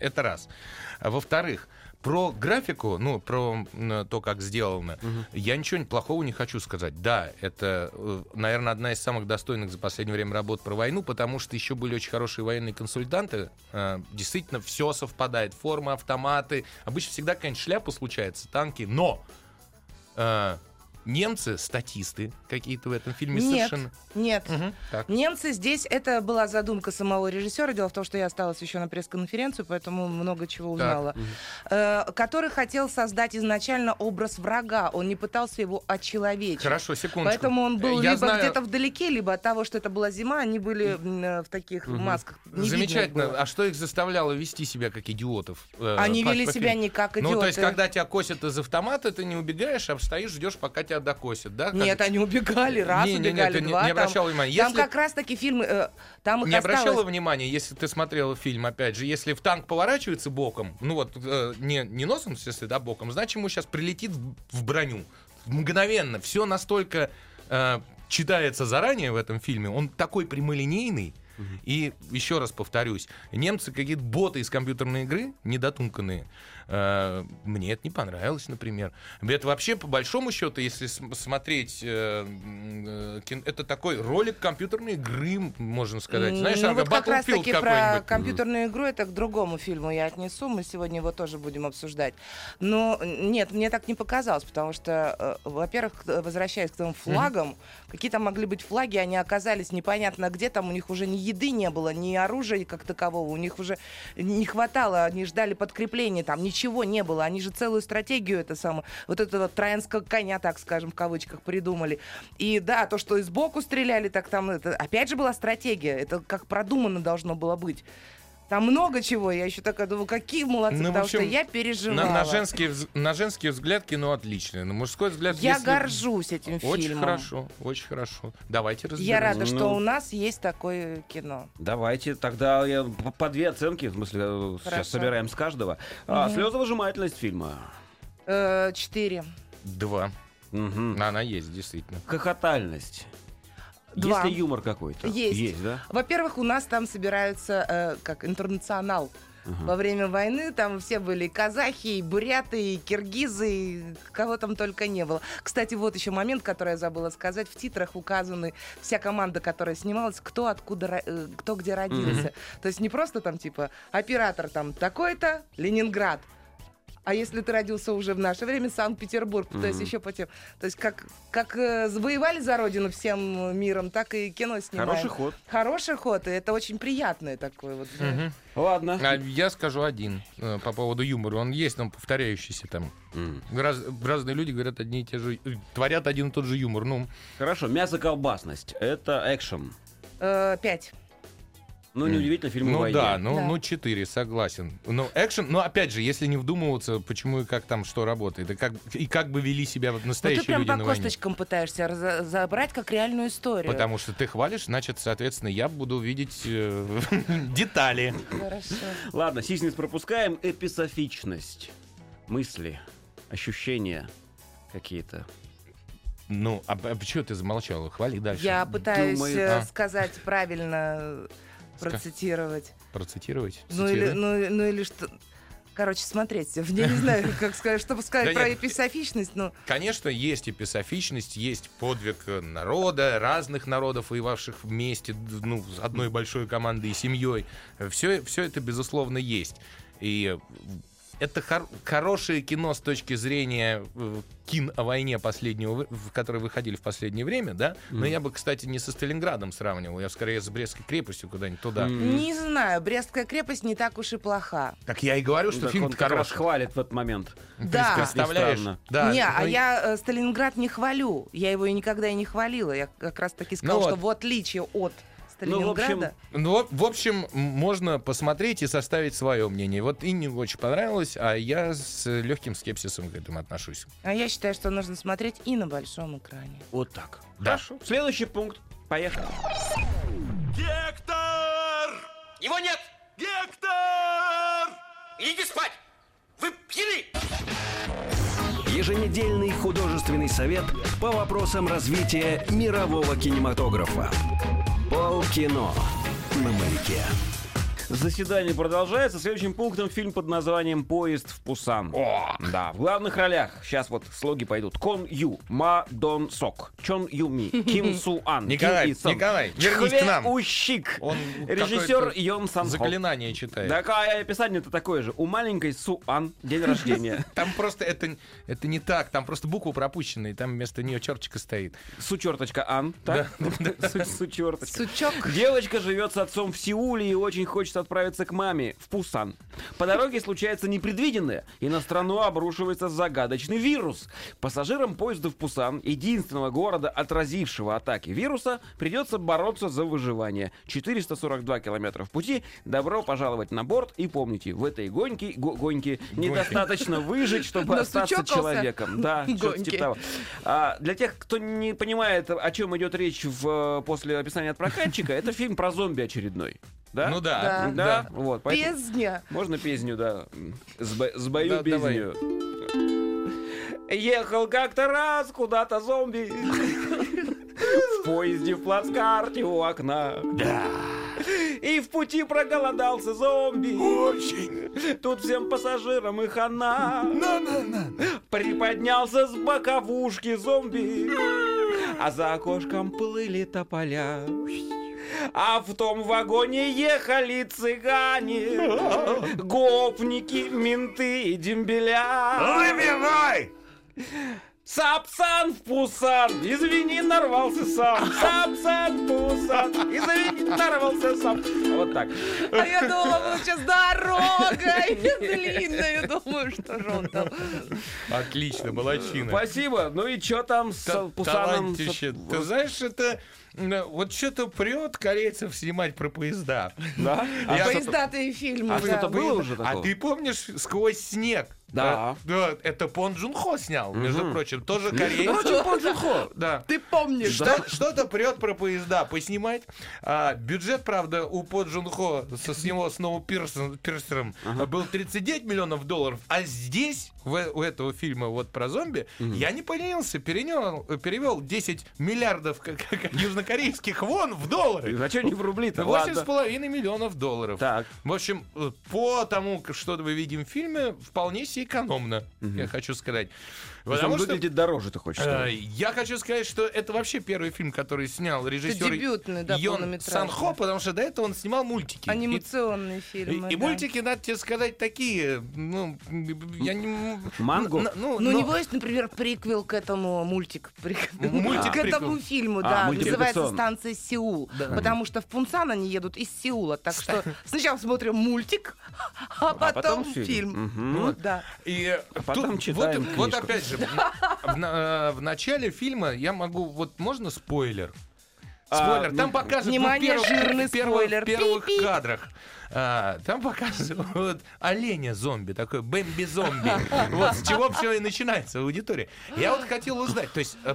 Speaker 5: Это раз. А Во-вторых, про графику, ну, про м, то, как сделано, я ничего плохого не хочу сказать. Да, это, э, наверное, одна из самых достойных за последнее время работ про войну, потому что еще были очень хорошие военные консультанты. Э, Действительно, все совпадает. Форма, автоматы. Обычно всегда какая-нибудь шляпа случается, танки, но э, немцы статисты какие-то в этом фильме
Speaker 6: Нет,
Speaker 5: совершенно.
Speaker 6: нет.
Speaker 5: Мгм, так.
Speaker 6: Немцы здесь, это была задумка самого режиссера. Дело в том, что я осталась еще на пресс-конференцию, поэтому много чего узнала. Э, который хотел создать изначально образ врага. Он не пытался его очеловечить.
Speaker 5: Хорошо, секундочку.
Speaker 6: Поэтому он был
Speaker 5: Я
Speaker 6: либо
Speaker 5: знаю-
Speaker 6: где-то вдалеке, либо от того, что это была зима, они были м, э, в таких масках. Не видно их
Speaker 5: Замечательно.
Speaker 6: было.
Speaker 5: А что их заставляло вести себя как идиотов? Э,
Speaker 6: Они
Speaker 5: по-
Speaker 6: вели
Speaker 5: по
Speaker 6: себя
Speaker 5: фильму?
Speaker 6: не как идиоты.
Speaker 5: Ну, то есть, когда тебя косят из автомата, ты не убегаешь, а стоишь, ждешь, пока тебя докосят, да? Как-
Speaker 6: Нет, они убегали, раз
Speaker 5: Не-не-не,
Speaker 6: убегали,
Speaker 5: ты не-
Speaker 6: два.
Speaker 5: не
Speaker 6: там-
Speaker 5: обращала внимания.
Speaker 6: Там
Speaker 5: Если-
Speaker 6: как раз таки фильмы, э, там их
Speaker 5: Не обращала
Speaker 6: осталось-
Speaker 5: внимания, если ты смотрела фильм, опять же, если в танк поворачивается боком, ну вот э, не, не носом, если да, боком, значит ему сейчас прилетит в, в броню. Мгновенно. Все настолько э, читается заранее в этом фильме. Он такой прямолинейный. И еще раз повторюсь, немцы какие-то боты из компьютерной игры, недотунканные. Э, Мне это не понравилось, например. Это вообще, по большому счету, если см- смотреть, э, м, э, кин- это такой ролик компьютерной игры, м, можно сказать. Знаешь,
Speaker 6: ну,
Speaker 5: Ага,
Speaker 6: вот как раз
Speaker 5: Battlefield
Speaker 6: таки про
Speaker 5: какой-нибудь.
Speaker 6: компьютерную игру это к другому фильму я отнесу. Мы сегодня его тоже будем обсуждать. Но э, нет, мне так не показалось, потому что, э, во-первых, э, возвращаясь к тем флагам, какие там могли быть флаги, они оказались непонятно где, там у них уже ни еды не было, ни оружия как такового, у них уже не хватало, они ждали подкрепления, там ничего не было. Они же целую стратегию это самое, вот этого троянского коня, так скажем, в кавычках, придумали. И да, то, что и сбоку стреляли, так там это опять же была стратегия. Это как продумано должно было быть. Там много чего. Я еще такая думаю, какие молодцы,
Speaker 5: Ну, в
Speaker 6: потому что
Speaker 5: общем,
Speaker 6: я
Speaker 5: На-
Speaker 6: переживала.
Speaker 5: на, женский, вз- на женский взгляд кино отличное. На мужской взгляд...
Speaker 6: Я
Speaker 5: если-
Speaker 6: горжусь этим
Speaker 5: Очень
Speaker 6: фильмом.
Speaker 5: хорошо, очень хорошо. Давайте разберемся.
Speaker 6: Я рада, что
Speaker 8: Ну.
Speaker 6: у нас есть такое кино.
Speaker 8: Давайте, тогда я по, по две оценки, в смысле, э,
Speaker 6: Хорошо.
Speaker 8: сейчас собираем с каждого. А, слезовыжимательность фильма.
Speaker 6: Э, Четыре.
Speaker 5: Два.
Speaker 8: Мгм.
Speaker 5: Она есть, действительно.
Speaker 8: Хохотальность.
Speaker 6: Два.
Speaker 8: Есть ли юмор какой-то?
Speaker 6: Есть.
Speaker 8: Есть, да?
Speaker 6: Во-первых, у нас там собирается э, как интернационал. Во время войны там все были и казахи, и буряты, и киргизы, и кого там только не было. Кстати, вот еще момент, который я забыла сказать. В титрах указаны вся команда, которая снималась, кто откуда, ро- э, кто где родился. То есть не просто там типа оператор там такой-то, Ленинград. А если ты родился уже в наше время, Санкт-Петербург, то есть еще по тем. То есть как, как э, воевали за родину всем миром, так и кино снимаем.
Speaker 8: Хороший ход.
Speaker 6: Хороший ход, и это очень приятное такое вот. знаешь.
Speaker 8: Ладно.
Speaker 5: А я скажу один э, по поводу юмора. Он есть, но повторяющийся там. Раз- разные люди говорят одни и те же... э, Творят один и тот же юмор. Ну,
Speaker 8: Хорошо, мясо-колбасность. Это экшен.
Speaker 6: Э, Пять.
Speaker 8: Ну, неудивительно, фильм о
Speaker 5: ну
Speaker 8: войне.
Speaker 5: да, ну,
Speaker 6: Да.
Speaker 5: ну 4, согласен. Но экшен, но опять же, если не вдумываться, почему и как там что работает, и как, и как бы вели себя вот
Speaker 6: Ну,
Speaker 5: настоящие
Speaker 6: ты прям
Speaker 5: люди
Speaker 6: по
Speaker 5: на войне.
Speaker 6: косточкам пытаешься раза- забрать как реальную историю.
Speaker 5: Потому что ты хвалишь, значит, соответственно, я буду видеть э, детали.
Speaker 6: Хорошо.
Speaker 8: Ладно, сисниц пропускаем. Эписофичность. Мысли, ощущения какие-то.
Speaker 5: Ну, а, почему ты замолчала? Хвали дальше.
Speaker 6: Я пытаюсь
Speaker 8: Думаю,
Speaker 6: э,
Speaker 5: да.
Speaker 6: сказать правильно, э, процитировать.
Speaker 5: Процитировать?
Speaker 6: Ну или,
Speaker 5: Цитируй.
Speaker 6: ну, ну или что... Короче, смотреть. Я не знаю, как сказать, чтобы сказать
Speaker 5: Да
Speaker 6: про
Speaker 5: нет.
Speaker 6: эписофичность, но...
Speaker 5: Конечно, есть эписофичность, есть подвиг э, народа, разных народов, воевавших вместе, д- ну, с одной большой командой и семьей. Все, все это, безусловно, есть. И э, это хор- хорошее кино с точки зрения э, кин о войне последнего, вы- в- которые выходили в последнее время, да? Но я бы, кстати, не со Сталинградом сравнивал, я скорее с Брестской крепостью куда-нибудь туда.
Speaker 6: Не знаю, Брестская крепость не так уж и плоха.
Speaker 5: Так я и говорю, что
Speaker 8: Так
Speaker 5: фильм
Speaker 8: он Ну, как раз
Speaker 5: хороший.
Speaker 8: хвалит в этот момент.
Speaker 6: Да.
Speaker 5: Представляешь?
Speaker 8: Странно.
Speaker 5: Да.
Speaker 6: не, а
Speaker 5: Ну,
Speaker 6: я э, Сталинград не хвалю. Я его и никогда и не хвалила. Я как раз таки сказала,
Speaker 5: Ну вот.
Speaker 6: что в отличие от
Speaker 8: Ну, в
Speaker 6: Сталинграда...
Speaker 8: общем,
Speaker 5: Ну, в общем, м, можно посмотреть и составить свое мнение. Вот и не очень понравилось, а я с легким скепсисом к этому отношусь.
Speaker 6: А я считаю, что нужно смотреть и на большом экране.
Speaker 8: Вот так.
Speaker 5: Да.
Speaker 8: Хорошо. Следующий пункт. Поехали.
Speaker 10: Его нет! Гектор! Идите спать! Вы пьяны!
Speaker 1: Еженедельный художественный совет по вопросам развития мирового кинематографа. Полкино на маяке.
Speaker 8: Заседание продолжается. Следующим пунктом фильм под названием «Поезд в Пусан». Да, в главных ролях, сейчас вот слоги пойдут, Кон Ю, Ма Дон Сок, Чон Ю Ми, Ким Су Ан,
Speaker 5: Николай,
Speaker 8: Ким И Сон,
Speaker 5: Николай, вернись
Speaker 8: Чхве
Speaker 5: к нам.
Speaker 8: Ущик,
Speaker 5: Он
Speaker 8: режиссер
Speaker 5: какое-то
Speaker 8: Йон Сан Хо.
Speaker 5: Заклинание читает.
Speaker 8: Да, а описание-то такое же. У маленькой Су Ан день рождения.
Speaker 5: Там просто это, это не так, там просто буква пропущена, и там вместо нее черточка стоит.
Speaker 8: Су черточка Ан, так? Су- Су черточка.
Speaker 6: Сучок.
Speaker 8: Девочка живет с отцом в Сеуле и очень хочет отправиться к маме в Пусан. По дороге случается непредвиденное, и на страну обрушивается загадочный вирус. Пассажирам поезда в Пусан, единственного города, отразившего атаки вируса, придется бороться за выживание. 442 километра в пути. Добро пожаловать на борт. И помните, в этой гоньке, го- гоньке недостаточно выжить, чтобы остаться
Speaker 6: Настучокался.
Speaker 8: человеком. Да, что-то
Speaker 6: Гоньки.
Speaker 8: типа того. А, для тех, кто не понимает, о чем идет речь в, э, после описания от прокатчика, это фильм про зомби очередной. Да?
Speaker 5: Ну
Speaker 8: Да,
Speaker 5: да,
Speaker 8: да. вот. поэтому-
Speaker 6: Песня.
Speaker 8: Можно песню, да. С бо- с бою
Speaker 5: Да, давай.
Speaker 8: песню. Ехал как-то раз куда-то зомби. В поезде в плацкарте у окна. Да. И в пути проголодался зомби. Очень. Тут всем пассажирам и хана. Приподнялся с боковушки зомби. А за окошком плыли тополя. А в том вагоне ехали цыгане, гопники, менты и дембеля. Сапсан в Пусан, извини, нарвался сам. Сапсан в Пусан, извини, нарвался сам. Вот так.
Speaker 6: А я думала, вы сейчас дорогой длинная. Думаю, что же он там.
Speaker 5: отлично, молодчина.
Speaker 8: Спасибо. Ну и чё там с
Speaker 5: Та-
Speaker 8: Пусаном?
Speaker 5: Талантище. Ты знаешь, это э, вот что-то прет корейцев снимать про поезда.
Speaker 8: Да? А
Speaker 5: Я-
Speaker 8: что-то-
Speaker 6: Поездатые фильмы.
Speaker 8: а
Speaker 6: да.
Speaker 8: что-то было уже
Speaker 5: А
Speaker 8: такого?
Speaker 5: ты помнишь сквозь снег?
Speaker 8: Да.
Speaker 5: Да, это Пон Джун Хо снял, между прочим, тоже кореец. Да.
Speaker 6: Ты помнишь?
Speaker 5: Что- Что-то прет про поезда, поснимать. А, бюджет, правда, у По Джун Хо со, с него с Ноу Пирсом- Пирсером был 39 миллионов долларов, а здесь, в- у этого фильма вот про зомби, я не поленился, перенёл- перевел 10 миллиардов к- к- южнокорейских вон в доллары.
Speaker 8: А чё не в рубли-то?
Speaker 5: Восемь с
Speaker 8: Ладно.
Speaker 5: половиной миллионов долларов.
Speaker 8: Так.
Speaker 5: В общем, э, по тому, к- что мы видим в фильме, вполне себе экономно, я хочу сказать.
Speaker 8: То есть Он
Speaker 5: Потому что,
Speaker 8: выглядит дороже, ты хочешь
Speaker 5: э,
Speaker 8: сказать?
Speaker 5: я хочу сказать, что это вообще первый фильм, который снял режиссер
Speaker 6: дебютный, да,
Speaker 5: Йон
Speaker 6: полнометражный.
Speaker 5: Санхо, потому что до этого он снимал мультики. И-
Speaker 6: Анимационные
Speaker 5: и,
Speaker 6: фильмы.
Speaker 5: и
Speaker 6: да.
Speaker 5: мультики, надо тебе сказать, такие, ну, я не... м-
Speaker 8: Манго?
Speaker 5: н- Ну,
Speaker 6: Ну, у
Speaker 5: но-
Speaker 6: него есть, например, приквел к этому мультик. прик-
Speaker 5: Мультик
Speaker 6: к этому
Speaker 5: приквел.
Speaker 6: фильму,
Speaker 8: А,
Speaker 6: да. Называется
Speaker 8: мультипликационный.
Speaker 6: станция Сеул. Потому что в Пунсан они едут из Сеула. Так что сначала смотрим мультик, а потом
Speaker 8: потом фильм.
Speaker 6: фильм. Вот, Да.
Speaker 5: И
Speaker 8: потом
Speaker 5: тут
Speaker 8: читаем
Speaker 5: вот, вот
Speaker 8: книжку.
Speaker 5: опять же, в, на- э, в начале фильма я могу, вот можно спойлер? Спойлер, там покажут ну,
Speaker 6: внимание, жирный
Speaker 5: в первых,
Speaker 6: спойлер.
Speaker 5: в первых
Speaker 6: Пи-пи.
Speaker 5: кадрах. а, там показывают оленя-зомби, такой бэмби-зомби. Вот с чего все и начинается в аудитории. Я вот хотел узнать, то есть э,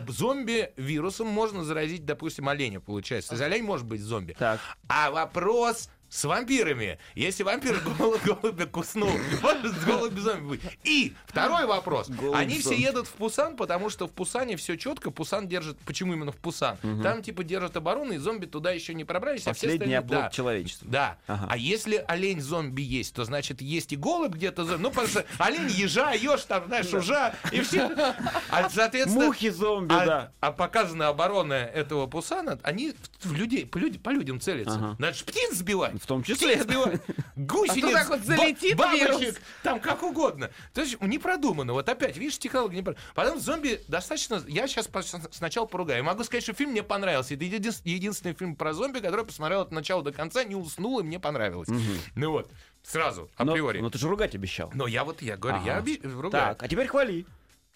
Speaker 5: зомби-вирусом можно заразить, допустим, оленя, получается. То есть олень может быть зомби.
Speaker 8: Так.
Speaker 5: А вопрос с вампирами. Если вампир гол- голубя куснул, может с голубя зомби быть. И второй вопрос. Они все едут в Пусан, потому что в Пусане все четко. Пусан держит... Почему именно в Пусан? Там типа держат оборону, и зомби туда еще не пробрались, а
Speaker 8: Последний
Speaker 5: все остальные...
Speaker 8: оплот
Speaker 5: да.
Speaker 8: человечества.
Speaker 5: Да. А если олень зомби есть, то значит есть и голубь где-то зомби. Ну, потому что олень ежа, еж там, знаешь, ужа, и все. А, соответственно...
Speaker 8: Мухи зомби,
Speaker 5: А,
Speaker 8: да.
Speaker 5: а показана оборона этого Пусана, они в людей, по, люди- по людям целятся. Надо же птиц сбивать.
Speaker 8: В том числе.
Speaker 5: Птиц сбивать. Гусениц.
Speaker 6: А то так вот
Speaker 5: ба-
Speaker 6: залетит
Speaker 5: бабочек,
Speaker 6: вирус.
Speaker 5: Там как угодно. То есть не продумано. Вот опять, видишь, технология не продумана. Потом зомби достаточно... Я сейчас сначала поругаю. Я могу сказать, что фильм мне понравился. Это един- единственный фильм про зомби, который я посмотрел от начала до конца, не уснул, и мне понравилось. Ну вот, сразу,
Speaker 8: Но-
Speaker 5: априори.
Speaker 8: Но
Speaker 5: Но,
Speaker 8: ты же ругать обещал.
Speaker 5: я вот, я говорю, я
Speaker 8: Ага.
Speaker 5: оби- ругаю.
Speaker 8: Так, а теперь хвали.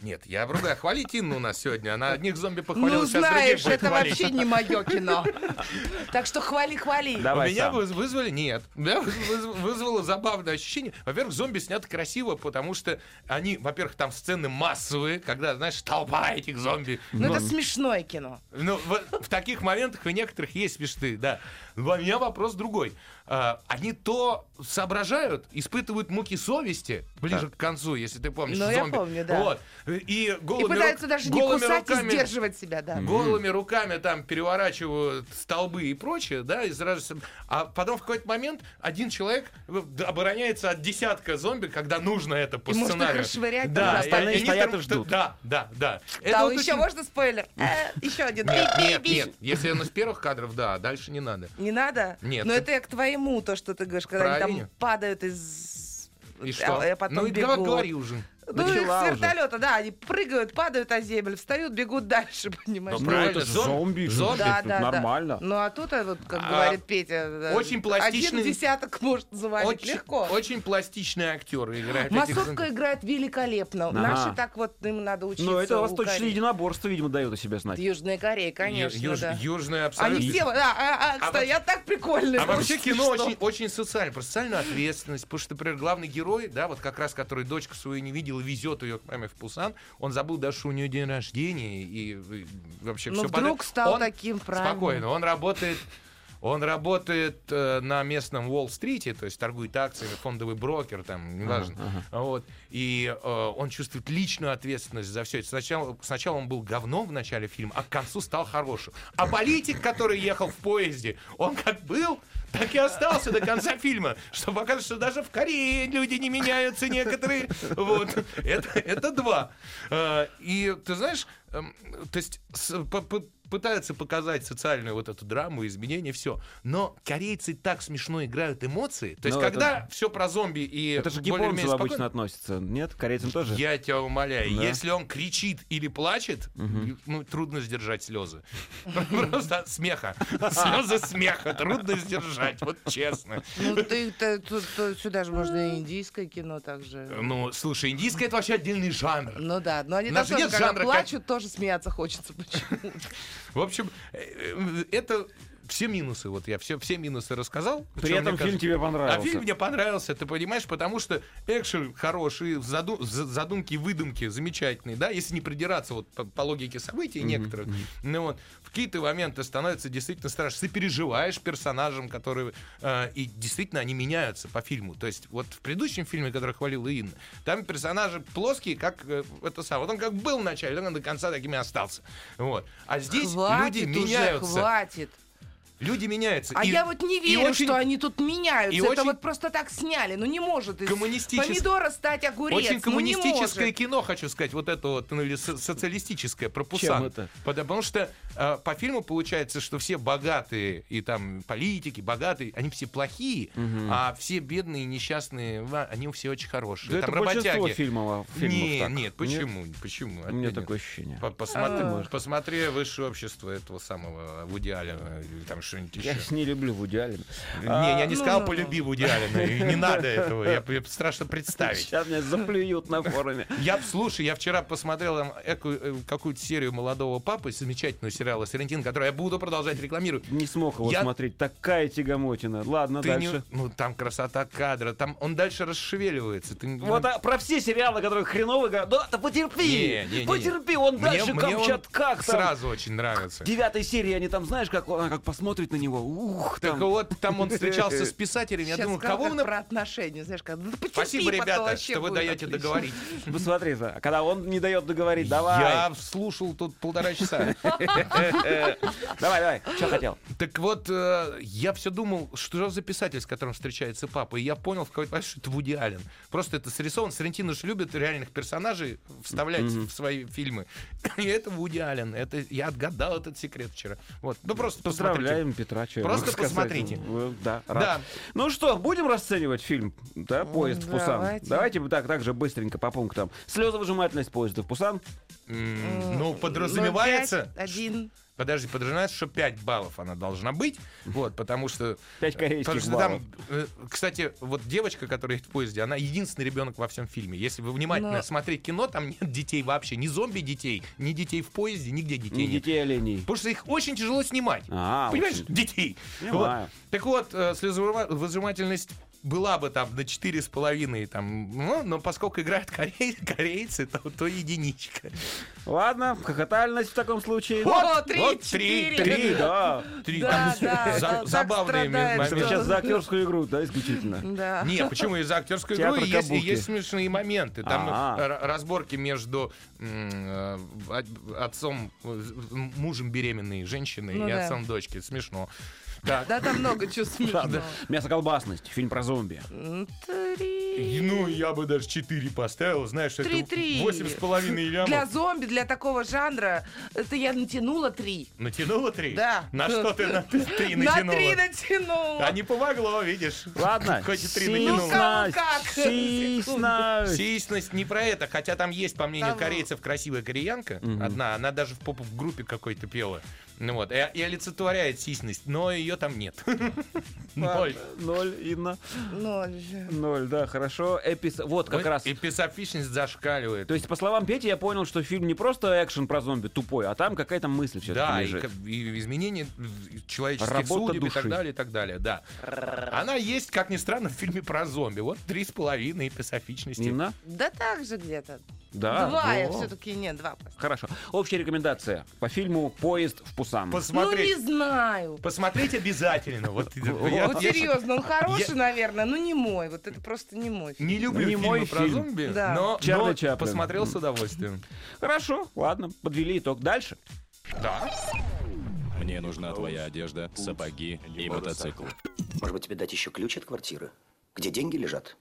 Speaker 5: Нет, я ругаю. Хвалить Инну у нас сегодня. Она одних зомби похвалила,
Speaker 6: Ну,
Speaker 5: сейчас
Speaker 6: знаешь,
Speaker 5: других будет
Speaker 6: это
Speaker 5: хвалить.
Speaker 6: вообще не мое кино. Так что хвали-хвали.
Speaker 8: Давай
Speaker 5: Меня
Speaker 8: сам.
Speaker 5: выз- вызвали? Нет. Меня выз- вызвало забавное ощущение. Во-первых, зомби снято красиво, потому что они, во-первых, там сцены массовые, когда, знаешь, толпа этих зомби.
Speaker 6: Ну, это смешное кино.
Speaker 5: Ну, в, в таких моментах и некоторых есть смешные, да. Но У меня вопрос другой. А, они то соображают, испытывают муки совести ближе к концу, если ты помнишь
Speaker 6: Ну, я
Speaker 5: зомби.
Speaker 6: помню, да.
Speaker 5: Вот. И,
Speaker 6: И
Speaker 5: голыми
Speaker 6: пытаются
Speaker 5: рук-
Speaker 6: даже не
Speaker 5: голыми
Speaker 6: кусать и
Speaker 5: руками-
Speaker 6: сдерживать себя, да.
Speaker 5: Голыми руками там переворачивают столбы и прочее, да, и сразу... с- А потом в какой-то момент один человек э, д- обороняется от десятка зомби, когда нужно это по
Speaker 6: И может их
Speaker 5: сценарию.
Speaker 6: расшвырять,
Speaker 5: да,
Speaker 6: там,
Speaker 8: остальные
Speaker 5: они
Speaker 8: стоят
Speaker 5: там-
Speaker 8: и ждут.
Speaker 5: Да, да, да.
Speaker 6: Да,
Speaker 5: вот
Speaker 6: еще
Speaker 5: очень-
Speaker 6: можно спойлер? Э, Еще один.
Speaker 5: Нет,
Speaker 6: Пи- пи-
Speaker 5: нет,
Speaker 6: пи.
Speaker 5: нет. Если он из первых кадров, да, а дальше не надо.
Speaker 6: Не надо?
Speaker 5: Нет.
Speaker 6: Но это я к твоему, то, что ты говоришь, когда они
Speaker 5: Правильно.
Speaker 6: там падают из...
Speaker 5: И что?
Speaker 6: А, а потом
Speaker 5: ну и
Speaker 6: бегут.
Speaker 5: давай говори уже.
Speaker 6: Ну, их
Speaker 8: Начала
Speaker 6: с
Speaker 8: уже.
Speaker 6: вертолета, да, они прыгают, падают о землю, встают, бегут дальше, понимаешь?
Speaker 5: Ну,
Speaker 8: Ну, это
Speaker 5: правильно,
Speaker 8: ж
Speaker 5: зом-
Speaker 8: зомби. же,
Speaker 5: зомби.
Speaker 8: тут Нормально.
Speaker 6: Ну а тут, а вот, как
Speaker 5: А,
Speaker 6: говорит Петя, э,
Speaker 5: очень пластичный-
Speaker 6: один десяток может завалить
Speaker 5: Очень,
Speaker 6: легко.
Speaker 5: очень пластичные актеры играют. этих
Speaker 6: Массовка
Speaker 5: зомби.
Speaker 6: играет великолепно.
Speaker 8: Ага.
Speaker 6: Наши так вот им надо учиться.
Speaker 8: Но Ну, это
Speaker 6: у
Speaker 8: восточное
Speaker 6: Кореи.
Speaker 8: единоборство, видимо, дает о себе знать.
Speaker 6: Южная Корея, конечно,
Speaker 5: Ю- юж-
Speaker 6: да.
Speaker 5: Южная абсолютно.
Speaker 6: Они все, вот, да, а, а,
Speaker 5: А
Speaker 6: стоят так прикольно.
Speaker 5: А вообще кино
Speaker 6: Что?
Speaker 5: очень, очень социально, про социальную ответственность, потому что, например, главный герой, да, вот как раз, который дочку свою не видел и везет ее к маме в Пусан, он забыл даже, что у нее день рождения и, и вообще
Speaker 6: Ну,
Speaker 5: все
Speaker 6: вдруг стал таким, правильно.
Speaker 5: Спокойно, он работает... Он работает э, на местном Уолл-стрите, то есть торгует акциями, фондовый брокер, там, неважно. Вот. И э, он чувствует личную ответственность за все это. Сначала, сначала он был говном в начале фильма, а к концу стал хорошим. А политик, который ехал в поезде, он как был, так и остался до конца фильма. Что показывает, что даже в Корее люди не меняются некоторые. Вот. Это, это два. Э, И ты знаешь, эм, то есть с- по- по- пытаются показать социальную вот эту драму, изменения, все. Но корейцы так смешно играют эмоции. То есть,
Speaker 8: Ну, это-
Speaker 5: когда все про зомби и
Speaker 8: Это же к
Speaker 5: более-менее
Speaker 8: японцам
Speaker 5: спокойно,
Speaker 8: обычно относится. Нет, к корейцам тоже?
Speaker 5: я тебя умоляю,
Speaker 8: Да.
Speaker 5: если он кричит или плачет, ну, трудно сдержать слезы. Просто от смеха. Слезы смеха трудно сдержать, вот честно.
Speaker 6: Ну, ты, ты- тут- тут сюда же можно и индийское кино также.
Speaker 5: Ну, слушай, индийское это вообще отдельный жанр.
Speaker 6: Ну да, но они
Speaker 5: У
Speaker 6: там
Speaker 5: нас
Speaker 6: тоже,
Speaker 5: нет
Speaker 6: когда
Speaker 5: жанра, как-
Speaker 6: плачут, тоже смеяться хочется. Почему?
Speaker 5: В общем, э, э, это все минусы. Вот я все, все минусы рассказал.
Speaker 8: При
Speaker 5: Причём,
Speaker 8: этом
Speaker 5: мне
Speaker 8: фильм
Speaker 5: кажется-
Speaker 8: тебе понравился.
Speaker 5: А фильм мне понравился, ты понимаешь, потому что экшен хороший, заду- за- задумки, выдумки замечательные, да, если не придираться вот по, по логике событий некоторых, ну вот, в какие-то моменты становится действительно страшно, ты переживаешь персонажам, которые, э, и действительно они меняются по фильму, то есть вот в предыдущем фильме, который хвалила Инна, там персонажи плоские, как э, это самое, вот он как был в начале, так он до конца такими остался, вот, а здесь
Speaker 6: Хватит
Speaker 5: люди
Speaker 6: уже,
Speaker 5: меняются,
Speaker 6: хватит.
Speaker 5: люди меняются.
Speaker 6: А
Speaker 5: И-
Speaker 6: я вот не
Speaker 5: и
Speaker 6: верю,
Speaker 5: очень-
Speaker 6: что они тут меняются.
Speaker 5: и
Speaker 6: Это
Speaker 5: очень-
Speaker 6: вот просто так сняли. Ну не может из
Speaker 5: Коммунистичес-
Speaker 6: помидора стать огурец.
Speaker 5: Очень
Speaker 6: Ну, не
Speaker 5: коммунистическое
Speaker 6: может.
Speaker 5: кино, хочу сказать, вот это вот, ну или со- социалистическое, про
Speaker 8: Чем
Speaker 5: Пусан.
Speaker 8: это?
Speaker 5: Потому что э, по фильму получается, что все богатые, и там политики богатые, они все плохие, а все бедные, несчастные, ва- они все очень хорошие.
Speaker 8: Да это
Speaker 5: там
Speaker 8: большинство
Speaker 5: работяги.
Speaker 8: фильмов, а, фильмов
Speaker 5: нет,
Speaker 8: так.
Speaker 5: нет, почему? Почему?
Speaker 8: У меня А.
Speaker 5: Опять нет.
Speaker 8: такое ощущение.
Speaker 5: По- Посмотри, посмотри высшее общество этого самого Вуди Аллена или там что-нибудь еще.
Speaker 8: Я их не люблю в идеале.
Speaker 5: Не, я не
Speaker 6: ну,
Speaker 5: сказал
Speaker 6: ну,
Speaker 5: полюби Вуди Аллена, и не надо этого, я, я страшно представить.
Speaker 8: Сейчас меня заплюют на форуме.
Speaker 5: Я, б- слушай, я вчера посмотрел там эку- э, какую-то серию «Молодого папы», замечательного сериала «Сарантин», который я буду продолжать рекламировать.
Speaker 6: Ну,
Speaker 8: Не смог его
Speaker 5: Я-
Speaker 8: смотреть. Такая тягомотина. Ладно,
Speaker 5: Ты не-
Speaker 8: дальше.
Speaker 5: Ну, там красота кадра, там он дальше расшевеливается. Ты...
Speaker 8: Вот а, про все сериалы, которые хреновые, говорят, да, да потерпи,
Speaker 5: Не, не, не.
Speaker 8: потерпи, он
Speaker 5: Мне-
Speaker 8: дальше
Speaker 5: мне он
Speaker 8: Камчатках там.
Speaker 5: Сразу очень нравится.
Speaker 8: В девятой серии они там, знаешь, как, она как посмотрит на него, ух,
Speaker 5: Так
Speaker 8: там.
Speaker 5: вот, там он встречался с писателем, я
Speaker 6: Сейчас
Speaker 5: думаю,
Speaker 6: сказал,
Speaker 5: кого
Speaker 6: как
Speaker 5: он...
Speaker 6: про отношения, знаешь, как, да потерпи,
Speaker 5: Спасибо,
Speaker 6: потом
Speaker 5: ребята,
Speaker 6: вообще
Speaker 5: что вы
Speaker 6: будет
Speaker 5: даете
Speaker 6: отлично.
Speaker 5: договорить.
Speaker 8: Посмотри, за- когда он не дает договорить, давай,
Speaker 5: Я слушал тут полтора часа.
Speaker 8: давай, давай, что хотел.
Speaker 5: Так вот, э, я все думал, что за писатель, с которым встречается папа, и я понял в какой-то момент, что это Вуди Аллен. Просто это срисован. Сарантино же любит реальных персонажей вставлять в свои фильмы. И это Вуди Аллен. Это, я отгадал этот секрет вчера. Вот. Ну, просто посмотрите.
Speaker 8: Поздравляем Петра, что я
Speaker 5: Просто
Speaker 8: могу сказать.
Speaker 5: посмотрите.
Speaker 8: Э, Да, рад.
Speaker 5: Да.
Speaker 8: Ну что, будем расценивать фильм, да, «Поезд в Пусан»?
Speaker 6: давайте.
Speaker 8: Давайте мы так, так же быстренько по пунктам. Слезовыжимательность поезда в Пусан.
Speaker 5: М, Ну, подразумевается...
Speaker 6: Ну, пять, один.
Speaker 5: Подожди, подразумевается, что 5 баллов она должна быть. Вот, потому что...
Speaker 8: Пять корейских
Speaker 5: Потому что там, э, кстати, вот девочка, которая едет в поезде, она единственный ребенок во всем фильме. Если вы внимательно
Speaker 6: Но-
Speaker 5: смотреть кино, там нет детей вообще. Ни зомби детей, ни детей в поезде, нигде детей
Speaker 8: Не
Speaker 5: нет.
Speaker 8: детей оленей.
Speaker 5: Потому что их очень тяжело снимать.
Speaker 8: А,
Speaker 5: Понимаешь,
Speaker 8: очень.
Speaker 5: детей.
Speaker 8: Понимаю.
Speaker 5: Вот. Так вот, э, слезовыжимательность была бы там на 4,5, там, ну, но поскольку играют корей- корейцы, то, то единичка.
Speaker 8: Ладно, хохотальность в таком случае.
Speaker 6: О, три,
Speaker 5: вот
Speaker 6: четыре.
Speaker 8: Три, да.
Speaker 5: Три.
Speaker 6: Да,
Speaker 5: Там
Speaker 6: да,
Speaker 5: за-
Speaker 6: да, так
Speaker 5: забавные
Speaker 6: страдает,
Speaker 5: моменты.
Speaker 8: Это вы сейчас за актерскую игру, да, исключительно.
Speaker 6: Да.
Speaker 5: Не, почему и за актерскую игру
Speaker 8: Театр
Speaker 5: и есть, и
Speaker 8: Кабуки.
Speaker 5: есть смешные моменты. Там
Speaker 8: А-а.
Speaker 5: р- разборки между м, э, от- отцом, э, мужем беременной женщины
Speaker 6: Ну
Speaker 5: и
Speaker 6: да.
Speaker 5: отцом дочки. Смешно. Так.
Speaker 6: Да, там много чего смешного.
Speaker 8: Мясоколбасность, фильм про зомби.
Speaker 6: М, Три.
Speaker 5: И, Ну, я бы даже 4 поставил, знаешь, это
Speaker 6: Три-три.
Speaker 5: восемь с половиной
Speaker 6: Для
Speaker 5: лямов.
Speaker 6: зомби, для такого жанра, это я натянула три.
Speaker 5: Натянула три?
Speaker 6: Да.
Speaker 5: На что ты на три
Speaker 6: На три
Speaker 5: натянула?
Speaker 6: натянула.
Speaker 5: А не помогло, видишь.
Speaker 8: Ладно.
Speaker 5: Хоть и три
Speaker 6: Ну,
Speaker 5: натянула.
Speaker 6: кому как.
Speaker 8: Сисна.
Speaker 5: Сисность не про это, хотя там есть, по мнению
Speaker 6: Там-
Speaker 5: корейцев, красивая кореянка. Одна, она даже в поп-группе какой-то пела. Ну вот, и, и олицетворяет сисность, но ее там нет. Ноль.
Speaker 8: Ноль, Инна. Ну,
Speaker 6: Ноль.
Speaker 8: Ноль, да, хорошо. Эпис... Вот, как
Speaker 5: Вот
Speaker 8: раз.
Speaker 5: И писофичность зашкаливает.
Speaker 8: То есть, по словам Пети, я понял, что фильм не просто экшен про зомби тупой, а там какая-то мысль
Speaker 5: Да,
Speaker 8: все-таки
Speaker 5: и,
Speaker 8: лежит.
Speaker 5: как- и изменение в- человеческих
Speaker 8: Работа
Speaker 5: судеб и
Speaker 8: души.
Speaker 5: так далее, и так далее, да. Она есть, как ни странно, в фильме про зомби. Вот три с половиной писофичности.
Speaker 8: Инна?
Speaker 6: Да так же где-то.
Speaker 8: Да.
Speaker 6: два я
Speaker 8: во.
Speaker 6: все-таки, нет, два Ну, поставила.
Speaker 8: Хорошо. Общая рекомендация по фильму «Поезд в Пусан».
Speaker 5: Посмотреть,
Speaker 6: Ну, не знаю.
Speaker 5: посмотреть обязательно. Вот, я-
Speaker 6: вот
Speaker 5: я-
Speaker 6: серьезно, он хороший,
Speaker 5: Я-
Speaker 6: наверное, но не мой. Вот это просто не мой. фильм.
Speaker 5: Не люблю
Speaker 8: Не
Speaker 5: фильмы
Speaker 8: мой
Speaker 5: про
Speaker 8: фильм.
Speaker 5: зомби,
Speaker 6: Да.
Speaker 5: но,
Speaker 8: Чарли
Speaker 5: но
Speaker 8: Чаплин.
Speaker 5: посмотрел с удовольствием.
Speaker 8: Хорошо, ладно, подвели итог. Дальше.
Speaker 11: Мне нужна твоя одежда, сапоги и мотоцикл.
Speaker 10: Может быть, тебе дать еще ключ от квартиры, где деньги лежат?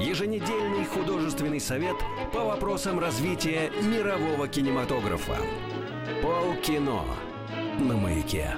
Speaker 1: Еженедельный художественный совет по вопросам развития мирового кинематографа. Полкино на маяке.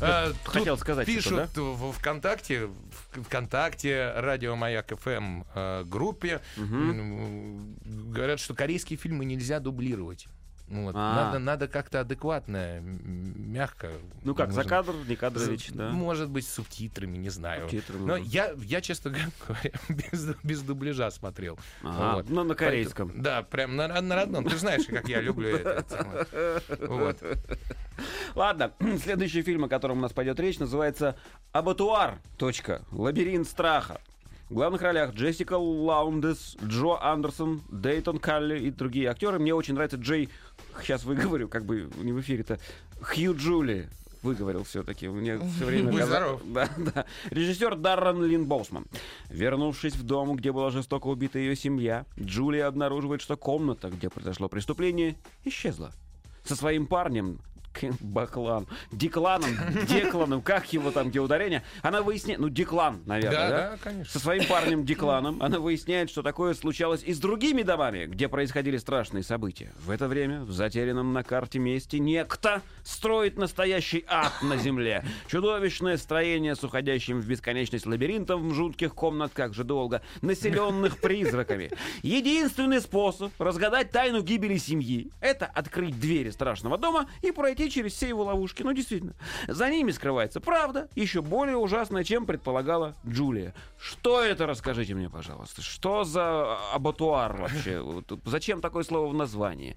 Speaker 5: Э, тут
Speaker 8: хотел сказать
Speaker 5: Пишут
Speaker 8: что-то,
Speaker 5: в ВКонтакте, в ВКонтакте, радио Маяк ФМ э, группе, м, говорят, что корейские фильмы нельзя дублировать. Ну Вот.
Speaker 8: А.
Speaker 5: Надо, надо как-то адекватно, м, мягко.
Speaker 8: Ну как, за
Speaker 5: Может,
Speaker 8: кадр, не кадрович, да?
Speaker 5: Может быть, с субтитрами, не знаю.
Speaker 8: Субтитрами,
Speaker 5: Но
Speaker 8: да.
Speaker 5: я, я, честно говоря, без, без дубляжа смотрел.
Speaker 8: Ага,
Speaker 5: Вот.
Speaker 8: ну, на корейском.
Speaker 5: Поэтому- да, прям на, на родном. Ты знаешь, как я люблю это. Вот.
Speaker 8: Ладно, следующий фильм, о котором у нас пойдет речь, называется «Абатуар. Точка. Лабиринт страха». В главных ролях Джессика Лаундес, Джо Андерсон, Дейтон Калли и другие актеры. Мне очень нравится Джей, сейчас выговорю, как бы не в эфире-то, Хью Джули выговорил все-таки. Мне все время
Speaker 5: Будь
Speaker 8: каза-
Speaker 5: здоров.
Speaker 8: Да, да. Режиссер Даррен Лин Боусман. Вернувшись в дом, где была жестоко убита ее семья, Джулия обнаруживает, что комната, где произошло преступление, исчезла. Со своим парнем, Кен Баклан, Декланом, Декланом, как его там, где ударение, она выясняет, ну, Деклан, наверное,
Speaker 5: Да,
Speaker 8: да?
Speaker 5: да, конечно.
Speaker 8: Со своим парнем Декланом она выясняет, что такое случалось и с другими домами, где происходили страшные события. В это время в затерянном на карте месте некто строит настоящий ад на земле. Чудовищное строение с уходящим в бесконечность лабиринтом в жутких комнатках же долго, населенных призраками. Единственный способ разгадать тайну гибели семьи — это открыть двери страшного дома и пройти через все его ловушки. Ну, действительно. За ними скрывается правда, еще более ужасная, чем предполагала Джулия. Что это, расскажите мне, пожалуйста? Что за абатуар вообще? Вот Зачем такое слово в названии?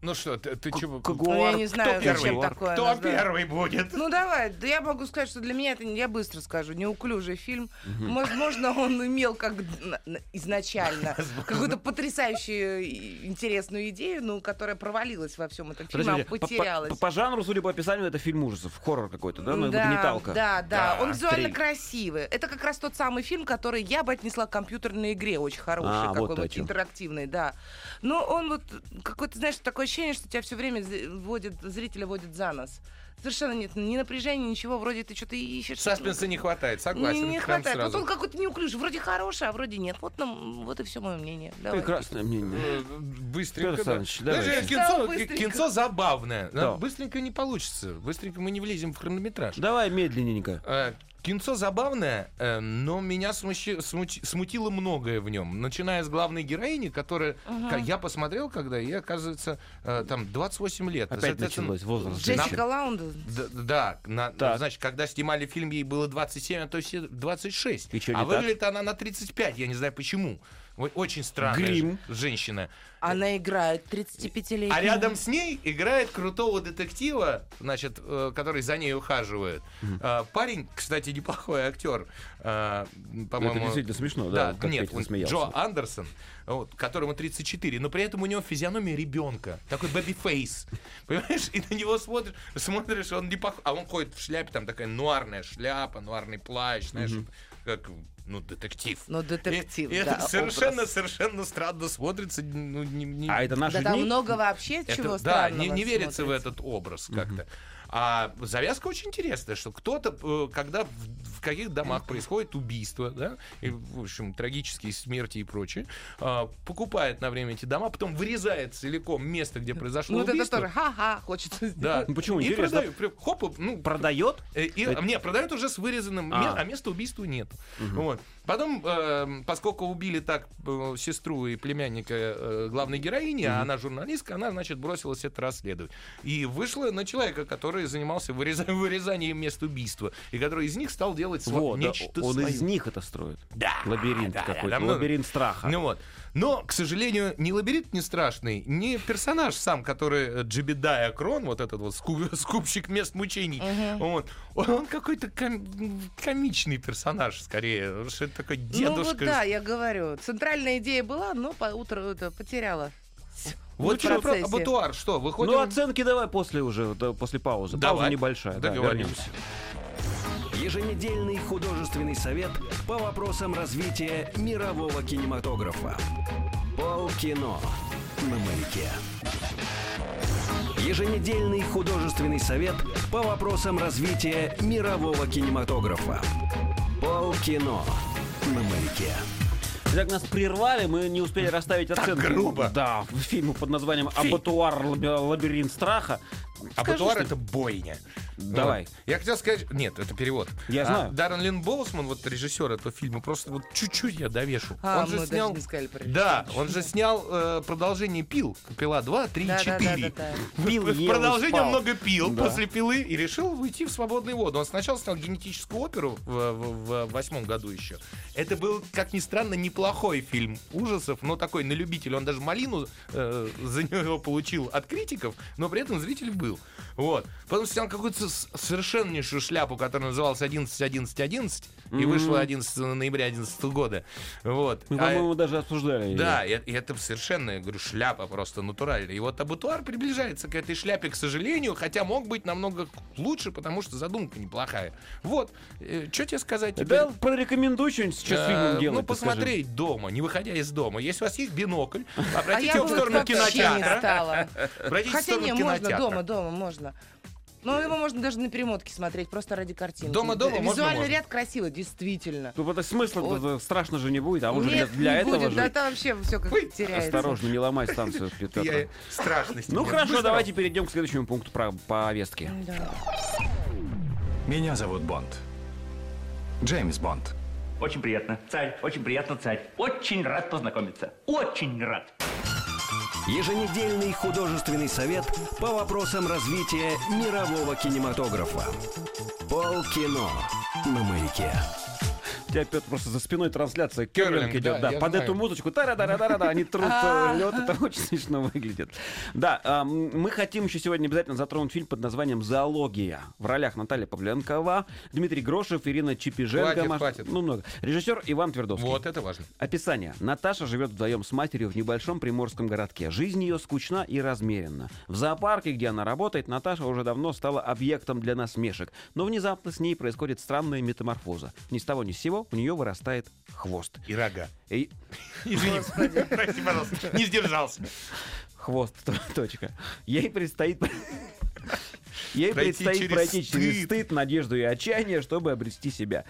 Speaker 5: Ну что, ты, ты чего?
Speaker 8: Кагуар?
Speaker 6: Ну, я не знаю,
Speaker 8: Кто
Speaker 6: зачем
Speaker 8: первый?
Speaker 6: такое.
Speaker 5: Кто
Speaker 6: название.
Speaker 5: первый будет?
Speaker 6: Ну давай, да я могу сказать, что для меня это, я быстро скажу, неуклюжий фильм. Возможно, он имел как н- н- изначально какую-то потрясающую и интересную идею, ну, которая провалилась во всем этом фильме, а
Speaker 8: Подождите, по- по-
Speaker 6: потерялась.
Speaker 8: По, по жанру, судя по описанию, это фильм ужасов, хоррор какой-то, да? Ну, нагнеталка.
Speaker 6: Да, да,
Speaker 5: Да,
Speaker 6: Он визуально
Speaker 8: стрель.
Speaker 6: красивый. Это как раз тот самый фильм, который я бы отнесла к компьютерной игре, очень хороший,
Speaker 8: А,
Speaker 6: такой
Speaker 8: вот
Speaker 6: вот,
Speaker 8: о чём.
Speaker 6: интерактивный, да. Но он вот какой-то, знаешь, такое ощущение, что тебя все время зе- вводит, зрителя водит за нос. Совершенно нет ни напряжения, ничего, вроде ты что-то ищешь.
Speaker 5: Саспенса не хватает,
Speaker 6: Не,
Speaker 5: согласен.
Speaker 6: не
Speaker 5: прям
Speaker 6: хватает.
Speaker 5: сразу.
Speaker 6: Вот он какой-то неуклюжий. Вроде хороший, а вроде нет. Вот нам, вот и все мое мнение. Давай.
Speaker 8: Прекрасное мнение.
Speaker 5: Э, Быстренько.
Speaker 8: Петр
Speaker 5: да.
Speaker 8: Александрович,
Speaker 5: Даже
Speaker 8: давайте.
Speaker 6: Да,
Speaker 5: кинцо,
Speaker 6: быстренько.
Speaker 5: кинцо забавное.
Speaker 8: Да.
Speaker 5: Быстренько не получится. Быстренько мы не влезем в хронометраж.
Speaker 8: Давай медленненько.
Speaker 5: Э, Кинцо забавное, э, но меня смущи- смути- смутило многое в нем. Начиная с главной героини, которая ка- я посмотрел, когда ей, оказывается, э, там 28 лет.
Speaker 8: Опять
Speaker 5: Соответственно,
Speaker 8: началось возраст. женщин.
Speaker 6: Джессика Лаундес.
Speaker 5: Д- Да, на-
Speaker 8: Так.
Speaker 5: значит, когда снимали фильм, ей было 27, а то есть 26.
Speaker 8: И чё, не
Speaker 5: а
Speaker 8: так?
Speaker 5: выглядит она на 35, я не знаю почему. О- Очень странная
Speaker 8: Грим.
Speaker 5: ж- женщина.
Speaker 6: Она играет 35-летнюю.
Speaker 5: А рядом с ней играет крутого детектива, значит, э, который за ней ухаживает. А, Парень, кстати, неплохой актер. а, По-моему,
Speaker 8: это действительно смешно, да, вот как
Speaker 5: нет,
Speaker 8: Петя
Speaker 5: он
Speaker 8: смеялся.
Speaker 5: Джо Андерсон, вот, которому 34, но при этом у него физиономия ребенка. Такой бэби-фейс. Понимаешь? И на него смотришь, смотришь, он не пох- А он ходит в шляпе, там такая нуарная шляпа, нуарный плащ, знаешь, как, ну, детектив.
Speaker 6: Ну,
Speaker 5: И-
Speaker 6: детектив,
Speaker 5: и это
Speaker 6: да,
Speaker 5: совершенно,
Speaker 6: образ.
Speaker 5: совершенно странно смотрится. ну, не- не-
Speaker 8: А это наши
Speaker 6: Да там
Speaker 8: дни?
Speaker 6: много вообще
Speaker 5: это-
Speaker 6: чего
Speaker 5: да,
Speaker 6: странного
Speaker 5: не, не верится в
Speaker 6: смотрится.
Speaker 5: этот образ как-то. А завязка очень интересная, что кто-то, э, когда в, в каких домах происходит убийство, да, и, в общем, трагические смерти и прочее, э, покупает на время эти дома, потом вырезает целиком место, где произошло
Speaker 6: Ну, вот это
Speaker 5: убийство.
Speaker 6: тоже ха-ха, хочется
Speaker 5: Да.
Speaker 8: Ну, почему?
Speaker 5: И
Speaker 8: Интересно.
Speaker 5: продают. Прям Хоп, и, ну,
Speaker 8: Продает?
Speaker 5: Э, И,
Speaker 8: Это-
Speaker 5: Не, продают уже с вырезанным,
Speaker 8: А.
Speaker 5: ме- а места убийства нет. Вот. Потом, э, поскольку убили так э, сестру и племянника э, главной героини, а она журналистка, она, значит, бросилась это расследовать. И вышла на человека, который занимался выреза- вырезанием мест убийства, и который из них стал делать сво-
Speaker 8: Вот, да,
Speaker 5: нечто
Speaker 8: он
Speaker 5: свое.
Speaker 8: из них это строит.
Speaker 5: Да,
Speaker 8: Лабиринт
Speaker 5: да, да,
Speaker 8: какой-то,
Speaker 5: там, ну,
Speaker 8: лабиринт страха.
Speaker 5: Ну вот. Но, к сожалению, ни лабиринт не страшный, ни персонаж сам, который э, Джебедая Крон, вот этот вот скуб- скупщик мест мучений, вот, он, он какой-то ком- комичный персонаж скорее. Что это такой дедушка.
Speaker 6: Ну вот да, я говорю. Центральная идея была, но по утру это потеряла.
Speaker 5: Вот
Speaker 6: в
Speaker 5: что про
Speaker 6: процессе.
Speaker 5: абатуар, что, выходим?
Speaker 8: Ну, оценки давай после уже, да, после паузы. Пауза
Speaker 5: Давай.
Speaker 8: небольшая. да,
Speaker 5: Договорились.
Speaker 8: вернемся.
Speaker 1: Еженедельный художественный совет по вопросам развития мирового кинематографа. Полкино на маяке. Еженедельный художественный совет по вопросам развития мирового кинематографа. Полкино на маяке.
Speaker 8: Итак, нас прервали, мы не успели расставить оценки.
Speaker 5: грубо.
Speaker 8: Да, в фильме под названием «Абатуар. лаб- Лабиринт страха».
Speaker 5: Абатуар —
Speaker 8: Скажи,
Speaker 5: это бойня.
Speaker 8: Давай.
Speaker 5: Вот. Я хотел сказать... Нет, это перевод.
Speaker 8: Я
Speaker 5: А,
Speaker 8: знаю.
Speaker 5: Даррен Лин Боусман, вот режиссер этого фильма, просто вот чуть-чуть я довешу.
Speaker 6: А,
Speaker 5: он же
Speaker 6: мы
Speaker 5: снял...
Speaker 6: даже не сказали про
Speaker 5: Да, он же снял э, продолжение «Пил». Пила 2, 3 и 4.
Speaker 6: Да-да-да-да-да.
Speaker 8: Пил,
Speaker 5: В
Speaker 8: ел,
Speaker 5: продолжение
Speaker 8: спал.
Speaker 5: много пил
Speaker 8: Да.
Speaker 5: после пилы и решил выйти в свободные воды. Он сначала снял генетическую оперу в- в в восьмом году еще. Это был, как ни странно, неплохой фильм ужасов, но такой на любителя. Он даже малину э, за него получил от критиков, но при этом зритель был. Вот. Потом снял какую-то с- совершеннейшую шляпу, которая называлась 11 11 11 и вышла 11 ноября 11 года. Вот.
Speaker 8: Мы,
Speaker 5: А-
Speaker 8: Ну, по-моему, даже обсуждали. её.
Speaker 5: да, и, и это совершенно, я говорю, шляпа просто натуральная. И вот абутуар приближается к этой шляпе, к сожалению, хотя мог быть намного лучше, потому что задумка неплохая. Вот, что тебе сказать? теперь?
Speaker 8: Да, прорекомендуй что-нибудь сейчас с
Speaker 5: Э,
Speaker 8: фильмом делать.
Speaker 5: ну,
Speaker 8: ты скажи.
Speaker 5: посмотреть дома, не выходя из дома. Если у вас есть бинокль,
Speaker 6: А
Speaker 5: обратите
Speaker 6: я
Speaker 5: его в
Speaker 6: бы
Speaker 5: сторону
Speaker 6: вот вообще не
Speaker 5: кинотеатра.
Speaker 6: стала.
Speaker 5: Обратите в
Speaker 6: Хотя
Speaker 5: сторону
Speaker 6: не, можно
Speaker 5: кинотеатра.
Speaker 6: дома, дома, можно. Ну, его можно даже на перемотке смотреть, просто ради картинки.
Speaker 5: Дома, дома можно,
Speaker 6: Визуальный
Speaker 5: можно.
Speaker 6: ряд красивый, действительно.
Speaker 8: Ну, это смысла страшно же не будет, а уже для,
Speaker 6: Нет,
Speaker 8: для
Speaker 6: не
Speaker 8: этого
Speaker 6: будет,
Speaker 8: же.
Speaker 6: да там вообще все как
Speaker 5: Ой,
Speaker 6: теряется.
Speaker 8: Осторожно, не ломай станцию Петра.
Speaker 5: Я страшность.
Speaker 8: Ну
Speaker 5: Нет,
Speaker 8: хорошо,
Speaker 5: быстро.
Speaker 8: давайте перейдем к следующему пункту про повестки.
Speaker 6: Да.
Speaker 2: Меня зовут Бонд. Джеймс Бонд.
Speaker 3: Очень приятно, царь. Очень приятно, царь. Очень рад познакомиться. Очень рад.
Speaker 1: Еженедельный художественный совет по вопросам развития мирового кинематографа. Полкино на маяке.
Speaker 8: У тебя, Петр, просто за спиной трансляция
Speaker 5: Керлинг,
Speaker 8: Керлинг идет,
Speaker 5: да,
Speaker 8: да,
Speaker 5: я
Speaker 8: под
Speaker 5: знаю.
Speaker 8: эту музычку, тара да да да они трут э, лед, это очень смешно выглядит. Да, а, м, мы хотим еще сегодня обязательно затронуть фильм под названием «Зоология». В ролях Наталья Павленкова, Дмитрий Грошев, Ирина Чепиженко.
Speaker 5: Хватит,
Speaker 8: Маш-
Speaker 5: хватит.
Speaker 8: Ну, много. Режиссер Иван Твердовский.
Speaker 5: Вот, это важно.
Speaker 8: Описание. Наташа живет вдвоем с матерью в небольшом приморском городке. Жизнь ее скучна и размеренна. В зоопарке, где она работает, Наташа уже давно стала объектом для насмешек. Но внезапно с ней происходит странная метаморфоза. Ни с того ни с сего у нее вырастает хвост.
Speaker 5: И рога.
Speaker 8: И
Speaker 5: Извини, прости, пожалуйста, не сдержался.
Speaker 8: хвост, т- точка. Ей предстоит... Ей
Speaker 5: Пройти
Speaker 8: предстоит
Speaker 5: через
Speaker 8: пройти через
Speaker 5: стыд.
Speaker 8: стыд, надежду и отчаяние, чтобы обрести себя.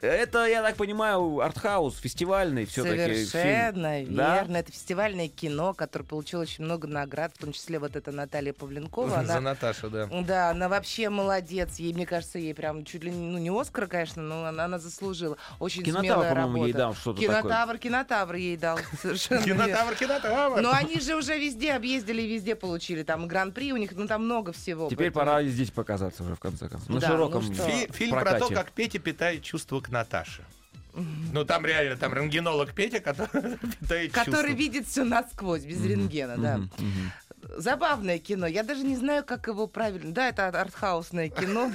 Speaker 8: Это, я так понимаю, артхаус, фестивальный все-таки
Speaker 6: Совершенно
Speaker 8: фильм. Да?
Speaker 6: верно. Это фестивальное кино, которое получило очень много наград, в том числе вот эта Наталья Павленкова.
Speaker 5: За
Speaker 6: Она
Speaker 5: Наташу, да.
Speaker 6: Да, она вообще молодец. Ей, мне кажется, ей прям чуть ли не, ну, не Оскар, конечно, но она, она заслужила. Очень
Speaker 8: Кинотавр,
Speaker 6: смелая
Speaker 8: по-моему,
Speaker 6: работа.
Speaker 8: ей дал что-то
Speaker 6: кинотавр,
Speaker 8: такое.
Speaker 6: кинотавр ей дал. Совершенно верно.
Speaker 5: Кинотавр, кинотавр.
Speaker 6: Но они же уже везде объездили, и везде получили. Там и гран-при у них, ну там много всего.
Speaker 8: Теперь
Speaker 6: поэтому-
Speaker 8: пора и здесь показаться уже в конце концов. На
Speaker 6: Да,
Speaker 8: широком
Speaker 6: ну что?
Speaker 5: Фи-
Speaker 8: прокате.
Speaker 5: Фильм про то, как Петя питает чувство к Наташе. Ну, там реально, там рентгенолог Петя, который питает
Speaker 6: Который
Speaker 5: чувства.
Speaker 6: видит все насквозь, без рентгена, да. Забавное кино. Я даже не знаю, как его правильно. Да, это артхаусное кино.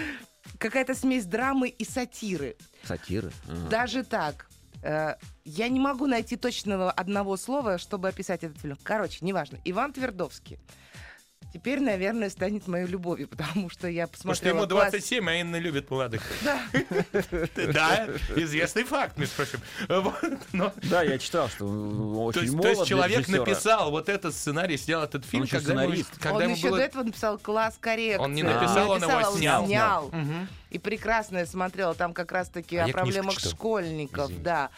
Speaker 6: Какая-то смесь драмы и сатиры.
Speaker 8: Сатиры. Ага.
Speaker 6: Даже так. Э, Я не могу найти точного одного слова, чтобы описать этот фильм. Короче, неважно. Иван Твердовский. Теперь, наверное, станет моей любовью, потому что я
Speaker 5: Потому что
Speaker 6: посмотрела...
Speaker 5: ему
Speaker 6: класс-
Speaker 5: 27, а Инна любит молодых.
Speaker 6: Да.
Speaker 5: Да, известный факт, между прочим. Вот, но-
Speaker 8: Да, я читал, что он
Speaker 5: То
Speaker 8: очень
Speaker 5: есть,
Speaker 8: молод
Speaker 5: то есть
Speaker 8: для
Speaker 5: человек
Speaker 8: режиссера.
Speaker 5: написал вот этот сценарий, снял этот фильм,
Speaker 8: а. еще
Speaker 5: когда ему,
Speaker 8: сценарист.
Speaker 5: когда
Speaker 6: он
Speaker 5: ему
Speaker 6: еще
Speaker 5: было...
Speaker 6: до этого написал класс коррекции.
Speaker 5: Он не написал, он его снял.
Speaker 6: И прекрасно я смотрела там как раз-таки
Speaker 5: А
Speaker 6: о
Speaker 5: я книжку
Speaker 6: проблемах
Speaker 5: читал.
Speaker 6: школьников,
Speaker 5: Извините.
Speaker 6: да.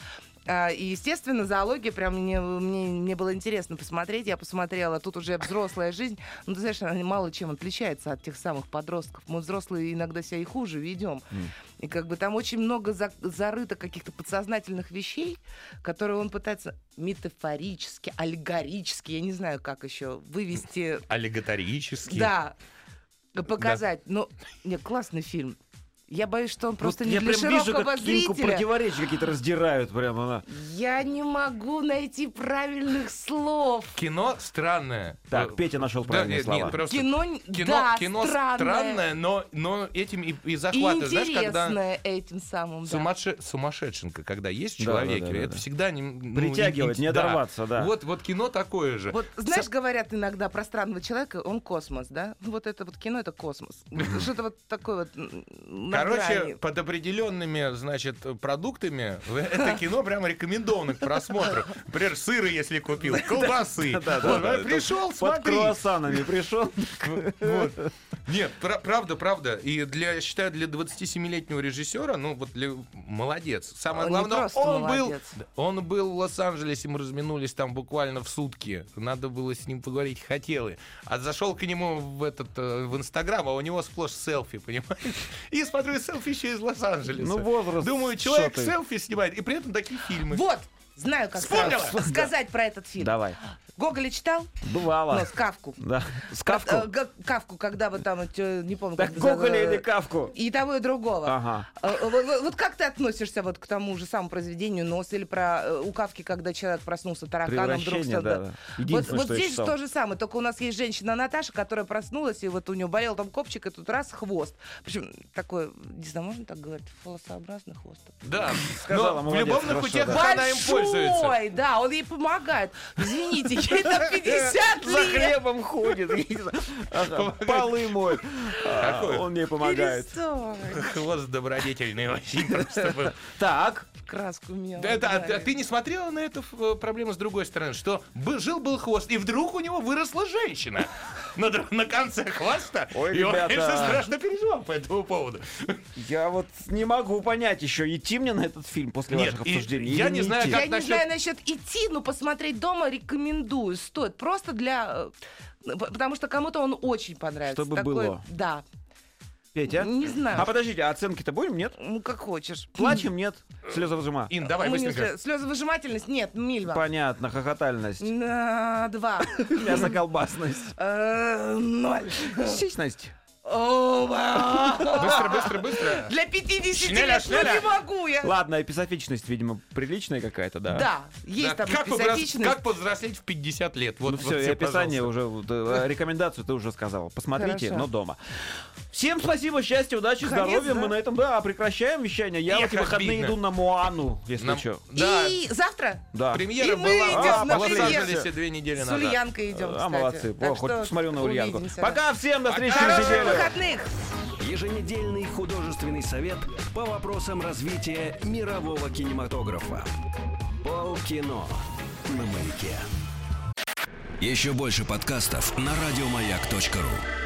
Speaker 6: А, И, естественно, зоология прям мне, мне, мне было интересно посмотреть. Я посмотрела, тут уже взрослая жизнь. Ну, ты знаешь, она мало чем отличается от тех самых подростков. Мы, взрослые, иногда себя и хуже ведем. И как бы там очень много за- зарыто каких-то подсознательных вещей, которые он пытается метафорически, аллегорически, я не знаю, как еще, вывести
Speaker 5: Аллегорический.
Speaker 6: да. Показать. Ну, не, классный фильм. Я боюсь, что он просто
Speaker 8: Вот
Speaker 6: не
Speaker 8: я
Speaker 6: для
Speaker 8: прям вижу,
Speaker 6: широкого
Speaker 8: как Кимку
Speaker 6: зрителя.
Speaker 8: противоречия какие-то раздирают прямо она.
Speaker 6: Я не могу найти правильных слов.
Speaker 5: Кино странное.
Speaker 8: Так,
Speaker 5: Э,
Speaker 8: Петя нашел
Speaker 5: Да,
Speaker 8: правильные
Speaker 5: нет,
Speaker 8: слова.
Speaker 5: нет, просто
Speaker 6: Кино, н-
Speaker 5: кино,
Speaker 6: да,
Speaker 5: кино
Speaker 6: странное.
Speaker 5: но, но этим и, и
Speaker 6: И
Speaker 5: захватывает. Знаешь, когда
Speaker 6: интересное этим самым. да.
Speaker 5: сумасше- сумасшедшенка, когда есть в
Speaker 8: Да, да,
Speaker 5: человеке,
Speaker 8: да, да,
Speaker 5: это
Speaker 8: да.
Speaker 5: всегда не, ну,
Speaker 8: Притягивает, не
Speaker 5: да.
Speaker 8: оторваться, да.
Speaker 5: Вот, вот кино такое же.
Speaker 6: Вот знаешь, говорят иногда про странного человека, он космос, да? Ну вот это вот кино, это космос. Что-то вот такое вот м, на
Speaker 5: Короче,
Speaker 6: грани.
Speaker 5: под определенными, значит, продуктами э, это кино прям рекомендовано к просмотру. Например, сыры, если купил, колбасы. Вот, Пришел,
Speaker 8: Под
Speaker 5: смотри.
Speaker 8: круассанами пришел.
Speaker 5: Вот. Нет, пра- правда, правда. И для, я считаю, для 27-летнего режиссера, ну вот для, молодец. Самое
Speaker 6: Он не
Speaker 5: главное,
Speaker 6: просто
Speaker 5: он был,
Speaker 6: молодец.
Speaker 5: он был в Лос-Анджелесе, мы разминулись там буквально в сутки. Надо было с ним поговорить, хотел и. А зашел к нему в этот э, в Инстаграм, а у него сплошь селфи, понимаешь? И смотрю, селфи еще из Лос-Анджелеса.
Speaker 8: Ну, возраст,
Speaker 5: Думаю, человек
Speaker 8: что ты.
Speaker 5: селфи снимает, и при этом такие фильмы.
Speaker 6: Вот, знаю, как
Speaker 5: Вспомнила!
Speaker 6: сразу сказать про этот фильм.
Speaker 8: Давай.
Speaker 6: Гоголя читал?
Speaker 8: Бывало.
Speaker 6: Ну, Кавку.
Speaker 8: Да. С
Speaker 6: Э,
Speaker 8: Кавку.
Speaker 6: га- Кавку, когда вот там, э, не помню,
Speaker 8: Так
Speaker 6: как э, это за-
Speaker 8: Гоголя или Кавку? А.
Speaker 6: И того, и другого.
Speaker 8: Ага.
Speaker 6: Э, э, Вот, вот- вот как ты относишься вот к тому же самому произведению «Нос» или про э, у Кавки, когда человек проснулся тараканом, вдруг
Speaker 8: Превращение,
Speaker 6: стал...
Speaker 8: да.
Speaker 6: да.
Speaker 8: да.
Speaker 6: Вот,
Speaker 8: Единственное,
Speaker 6: вот
Speaker 8: что я
Speaker 6: здесь
Speaker 8: читал.
Speaker 6: то же самое, только у нас есть женщина Наташа, которая проснулась, и вот у нее болел там копчик, и тут раз хвост. Причем такой, не знаю, можно так говорить, фолосообразный хвост.
Speaker 5: Да, но
Speaker 8: Сказала,
Speaker 5: в
Speaker 8: молодец,
Speaker 5: любовных
Speaker 8: хорошо,
Speaker 5: утехах
Speaker 6: Большой,
Speaker 5: она им пользуется.
Speaker 6: да, он ей помогает. Извините, ей там 50
Speaker 8: За
Speaker 6: лет.
Speaker 8: хлебом ходит. я не знаю. Ага, Полы моет. А,
Speaker 5: Какой?
Speaker 8: Он мне помогает.
Speaker 6: Перестань.
Speaker 5: Хвост добродетельный очень просто был.
Speaker 8: Так.
Speaker 6: Краску меня.
Speaker 5: Да это- а,
Speaker 6: ударили.
Speaker 5: а ты не смотрела на эту э, проблему с другой стороны, что бы- жил был хвост, и вдруг у него выросла женщина на, др- на конце хвоста,
Speaker 8: Ой,
Speaker 5: и он,
Speaker 8: ребята.
Speaker 5: конечно, страшно переживал по этому поводу.
Speaker 8: Я вот не могу понять еще, идти мне на этот фильм после
Speaker 5: Нет,
Speaker 8: ваших
Speaker 5: и-
Speaker 8: обсуждений.
Speaker 5: я
Speaker 8: или
Speaker 5: не знаю,
Speaker 8: идти?
Speaker 5: как
Speaker 6: Я не
Speaker 5: насчет-
Speaker 6: знаю насчет идти, но посмотреть дома рекомендую. Стоит. Просто для... э, п- Потому что кому-то он очень понравится.
Speaker 8: Чтобы
Speaker 6: Такой-
Speaker 8: было.
Speaker 6: Да.
Speaker 8: Петя?
Speaker 6: Не знаю.
Speaker 8: А подождите, а оценки-то будем, нет?
Speaker 6: Ну, как хочешь.
Speaker 8: Плачем, нет? Слеза разума.
Speaker 5: Ин, давай
Speaker 6: Ну, не
Speaker 5: быстренько.
Speaker 6: слез- Слезовыжимательность? Нет, мильва.
Speaker 8: Понятно, хохотальность.
Speaker 6: На два.
Speaker 8: Мясоколбасность.
Speaker 6: Э, Ноль.
Speaker 8: Сисьность.
Speaker 6: О, ба.
Speaker 5: Быстро, быстро, быстро.
Speaker 6: Для 50
Speaker 5: Шнеля,
Speaker 6: лет ну, не
Speaker 5: шнеля.
Speaker 6: могу я.
Speaker 8: Ладно, эписофичность, видимо, приличная какая-то, да.
Speaker 6: Да, есть
Speaker 5: Да,
Speaker 6: там
Speaker 5: как, повзрос-
Speaker 6: эпизодичность.
Speaker 5: как повзрослеть в 50 лет? Вот,
Speaker 8: Ну
Speaker 5: вот
Speaker 8: все, и
Speaker 5: тебе,
Speaker 8: описание
Speaker 5: пожалуйста.
Speaker 8: уже, вот, э, рекомендацию ты уже сказала. Посмотрите,
Speaker 6: Хорошо.
Speaker 8: но дома. Всем спасибо, счастья, удачи,
Speaker 6: Конец,
Speaker 8: здоровья.
Speaker 6: да?
Speaker 8: Мы на этом, да, прекращаем вещание. Я
Speaker 5: Эх,
Speaker 8: в эти
Speaker 5: как
Speaker 8: выходные
Speaker 5: обидно.
Speaker 8: иду на Муану, если
Speaker 5: Нам-
Speaker 8: что.
Speaker 5: Да,
Speaker 6: И завтра
Speaker 8: Да.
Speaker 5: премьера
Speaker 6: И мы идем
Speaker 5: была
Speaker 8: на
Speaker 5: в
Speaker 8: премьеру.
Speaker 5: Лос-Анджелесе две недели
Speaker 6: с
Speaker 5: назад.
Speaker 6: Ульянкой идем,
Speaker 8: А,
Speaker 6: кстати.
Speaker 8: молодцы.
Speaker 6: Так
Speaker 8: О, хоть
Speaker 6: что
Speaker 8: смотрю на Ульянку.
Speaker 6: увидимся, да.
Speaker 8: Пока, всем до встречи через
Speaker 6: Хороших
Speaker 8: неделю.
Speaker 6: выходных!
Speaker 1: Еженедельный художественный совет по вопросам развития мирового кинематографа. Полкино на маяке. Еще больше подкастов на радиомаяк.ру.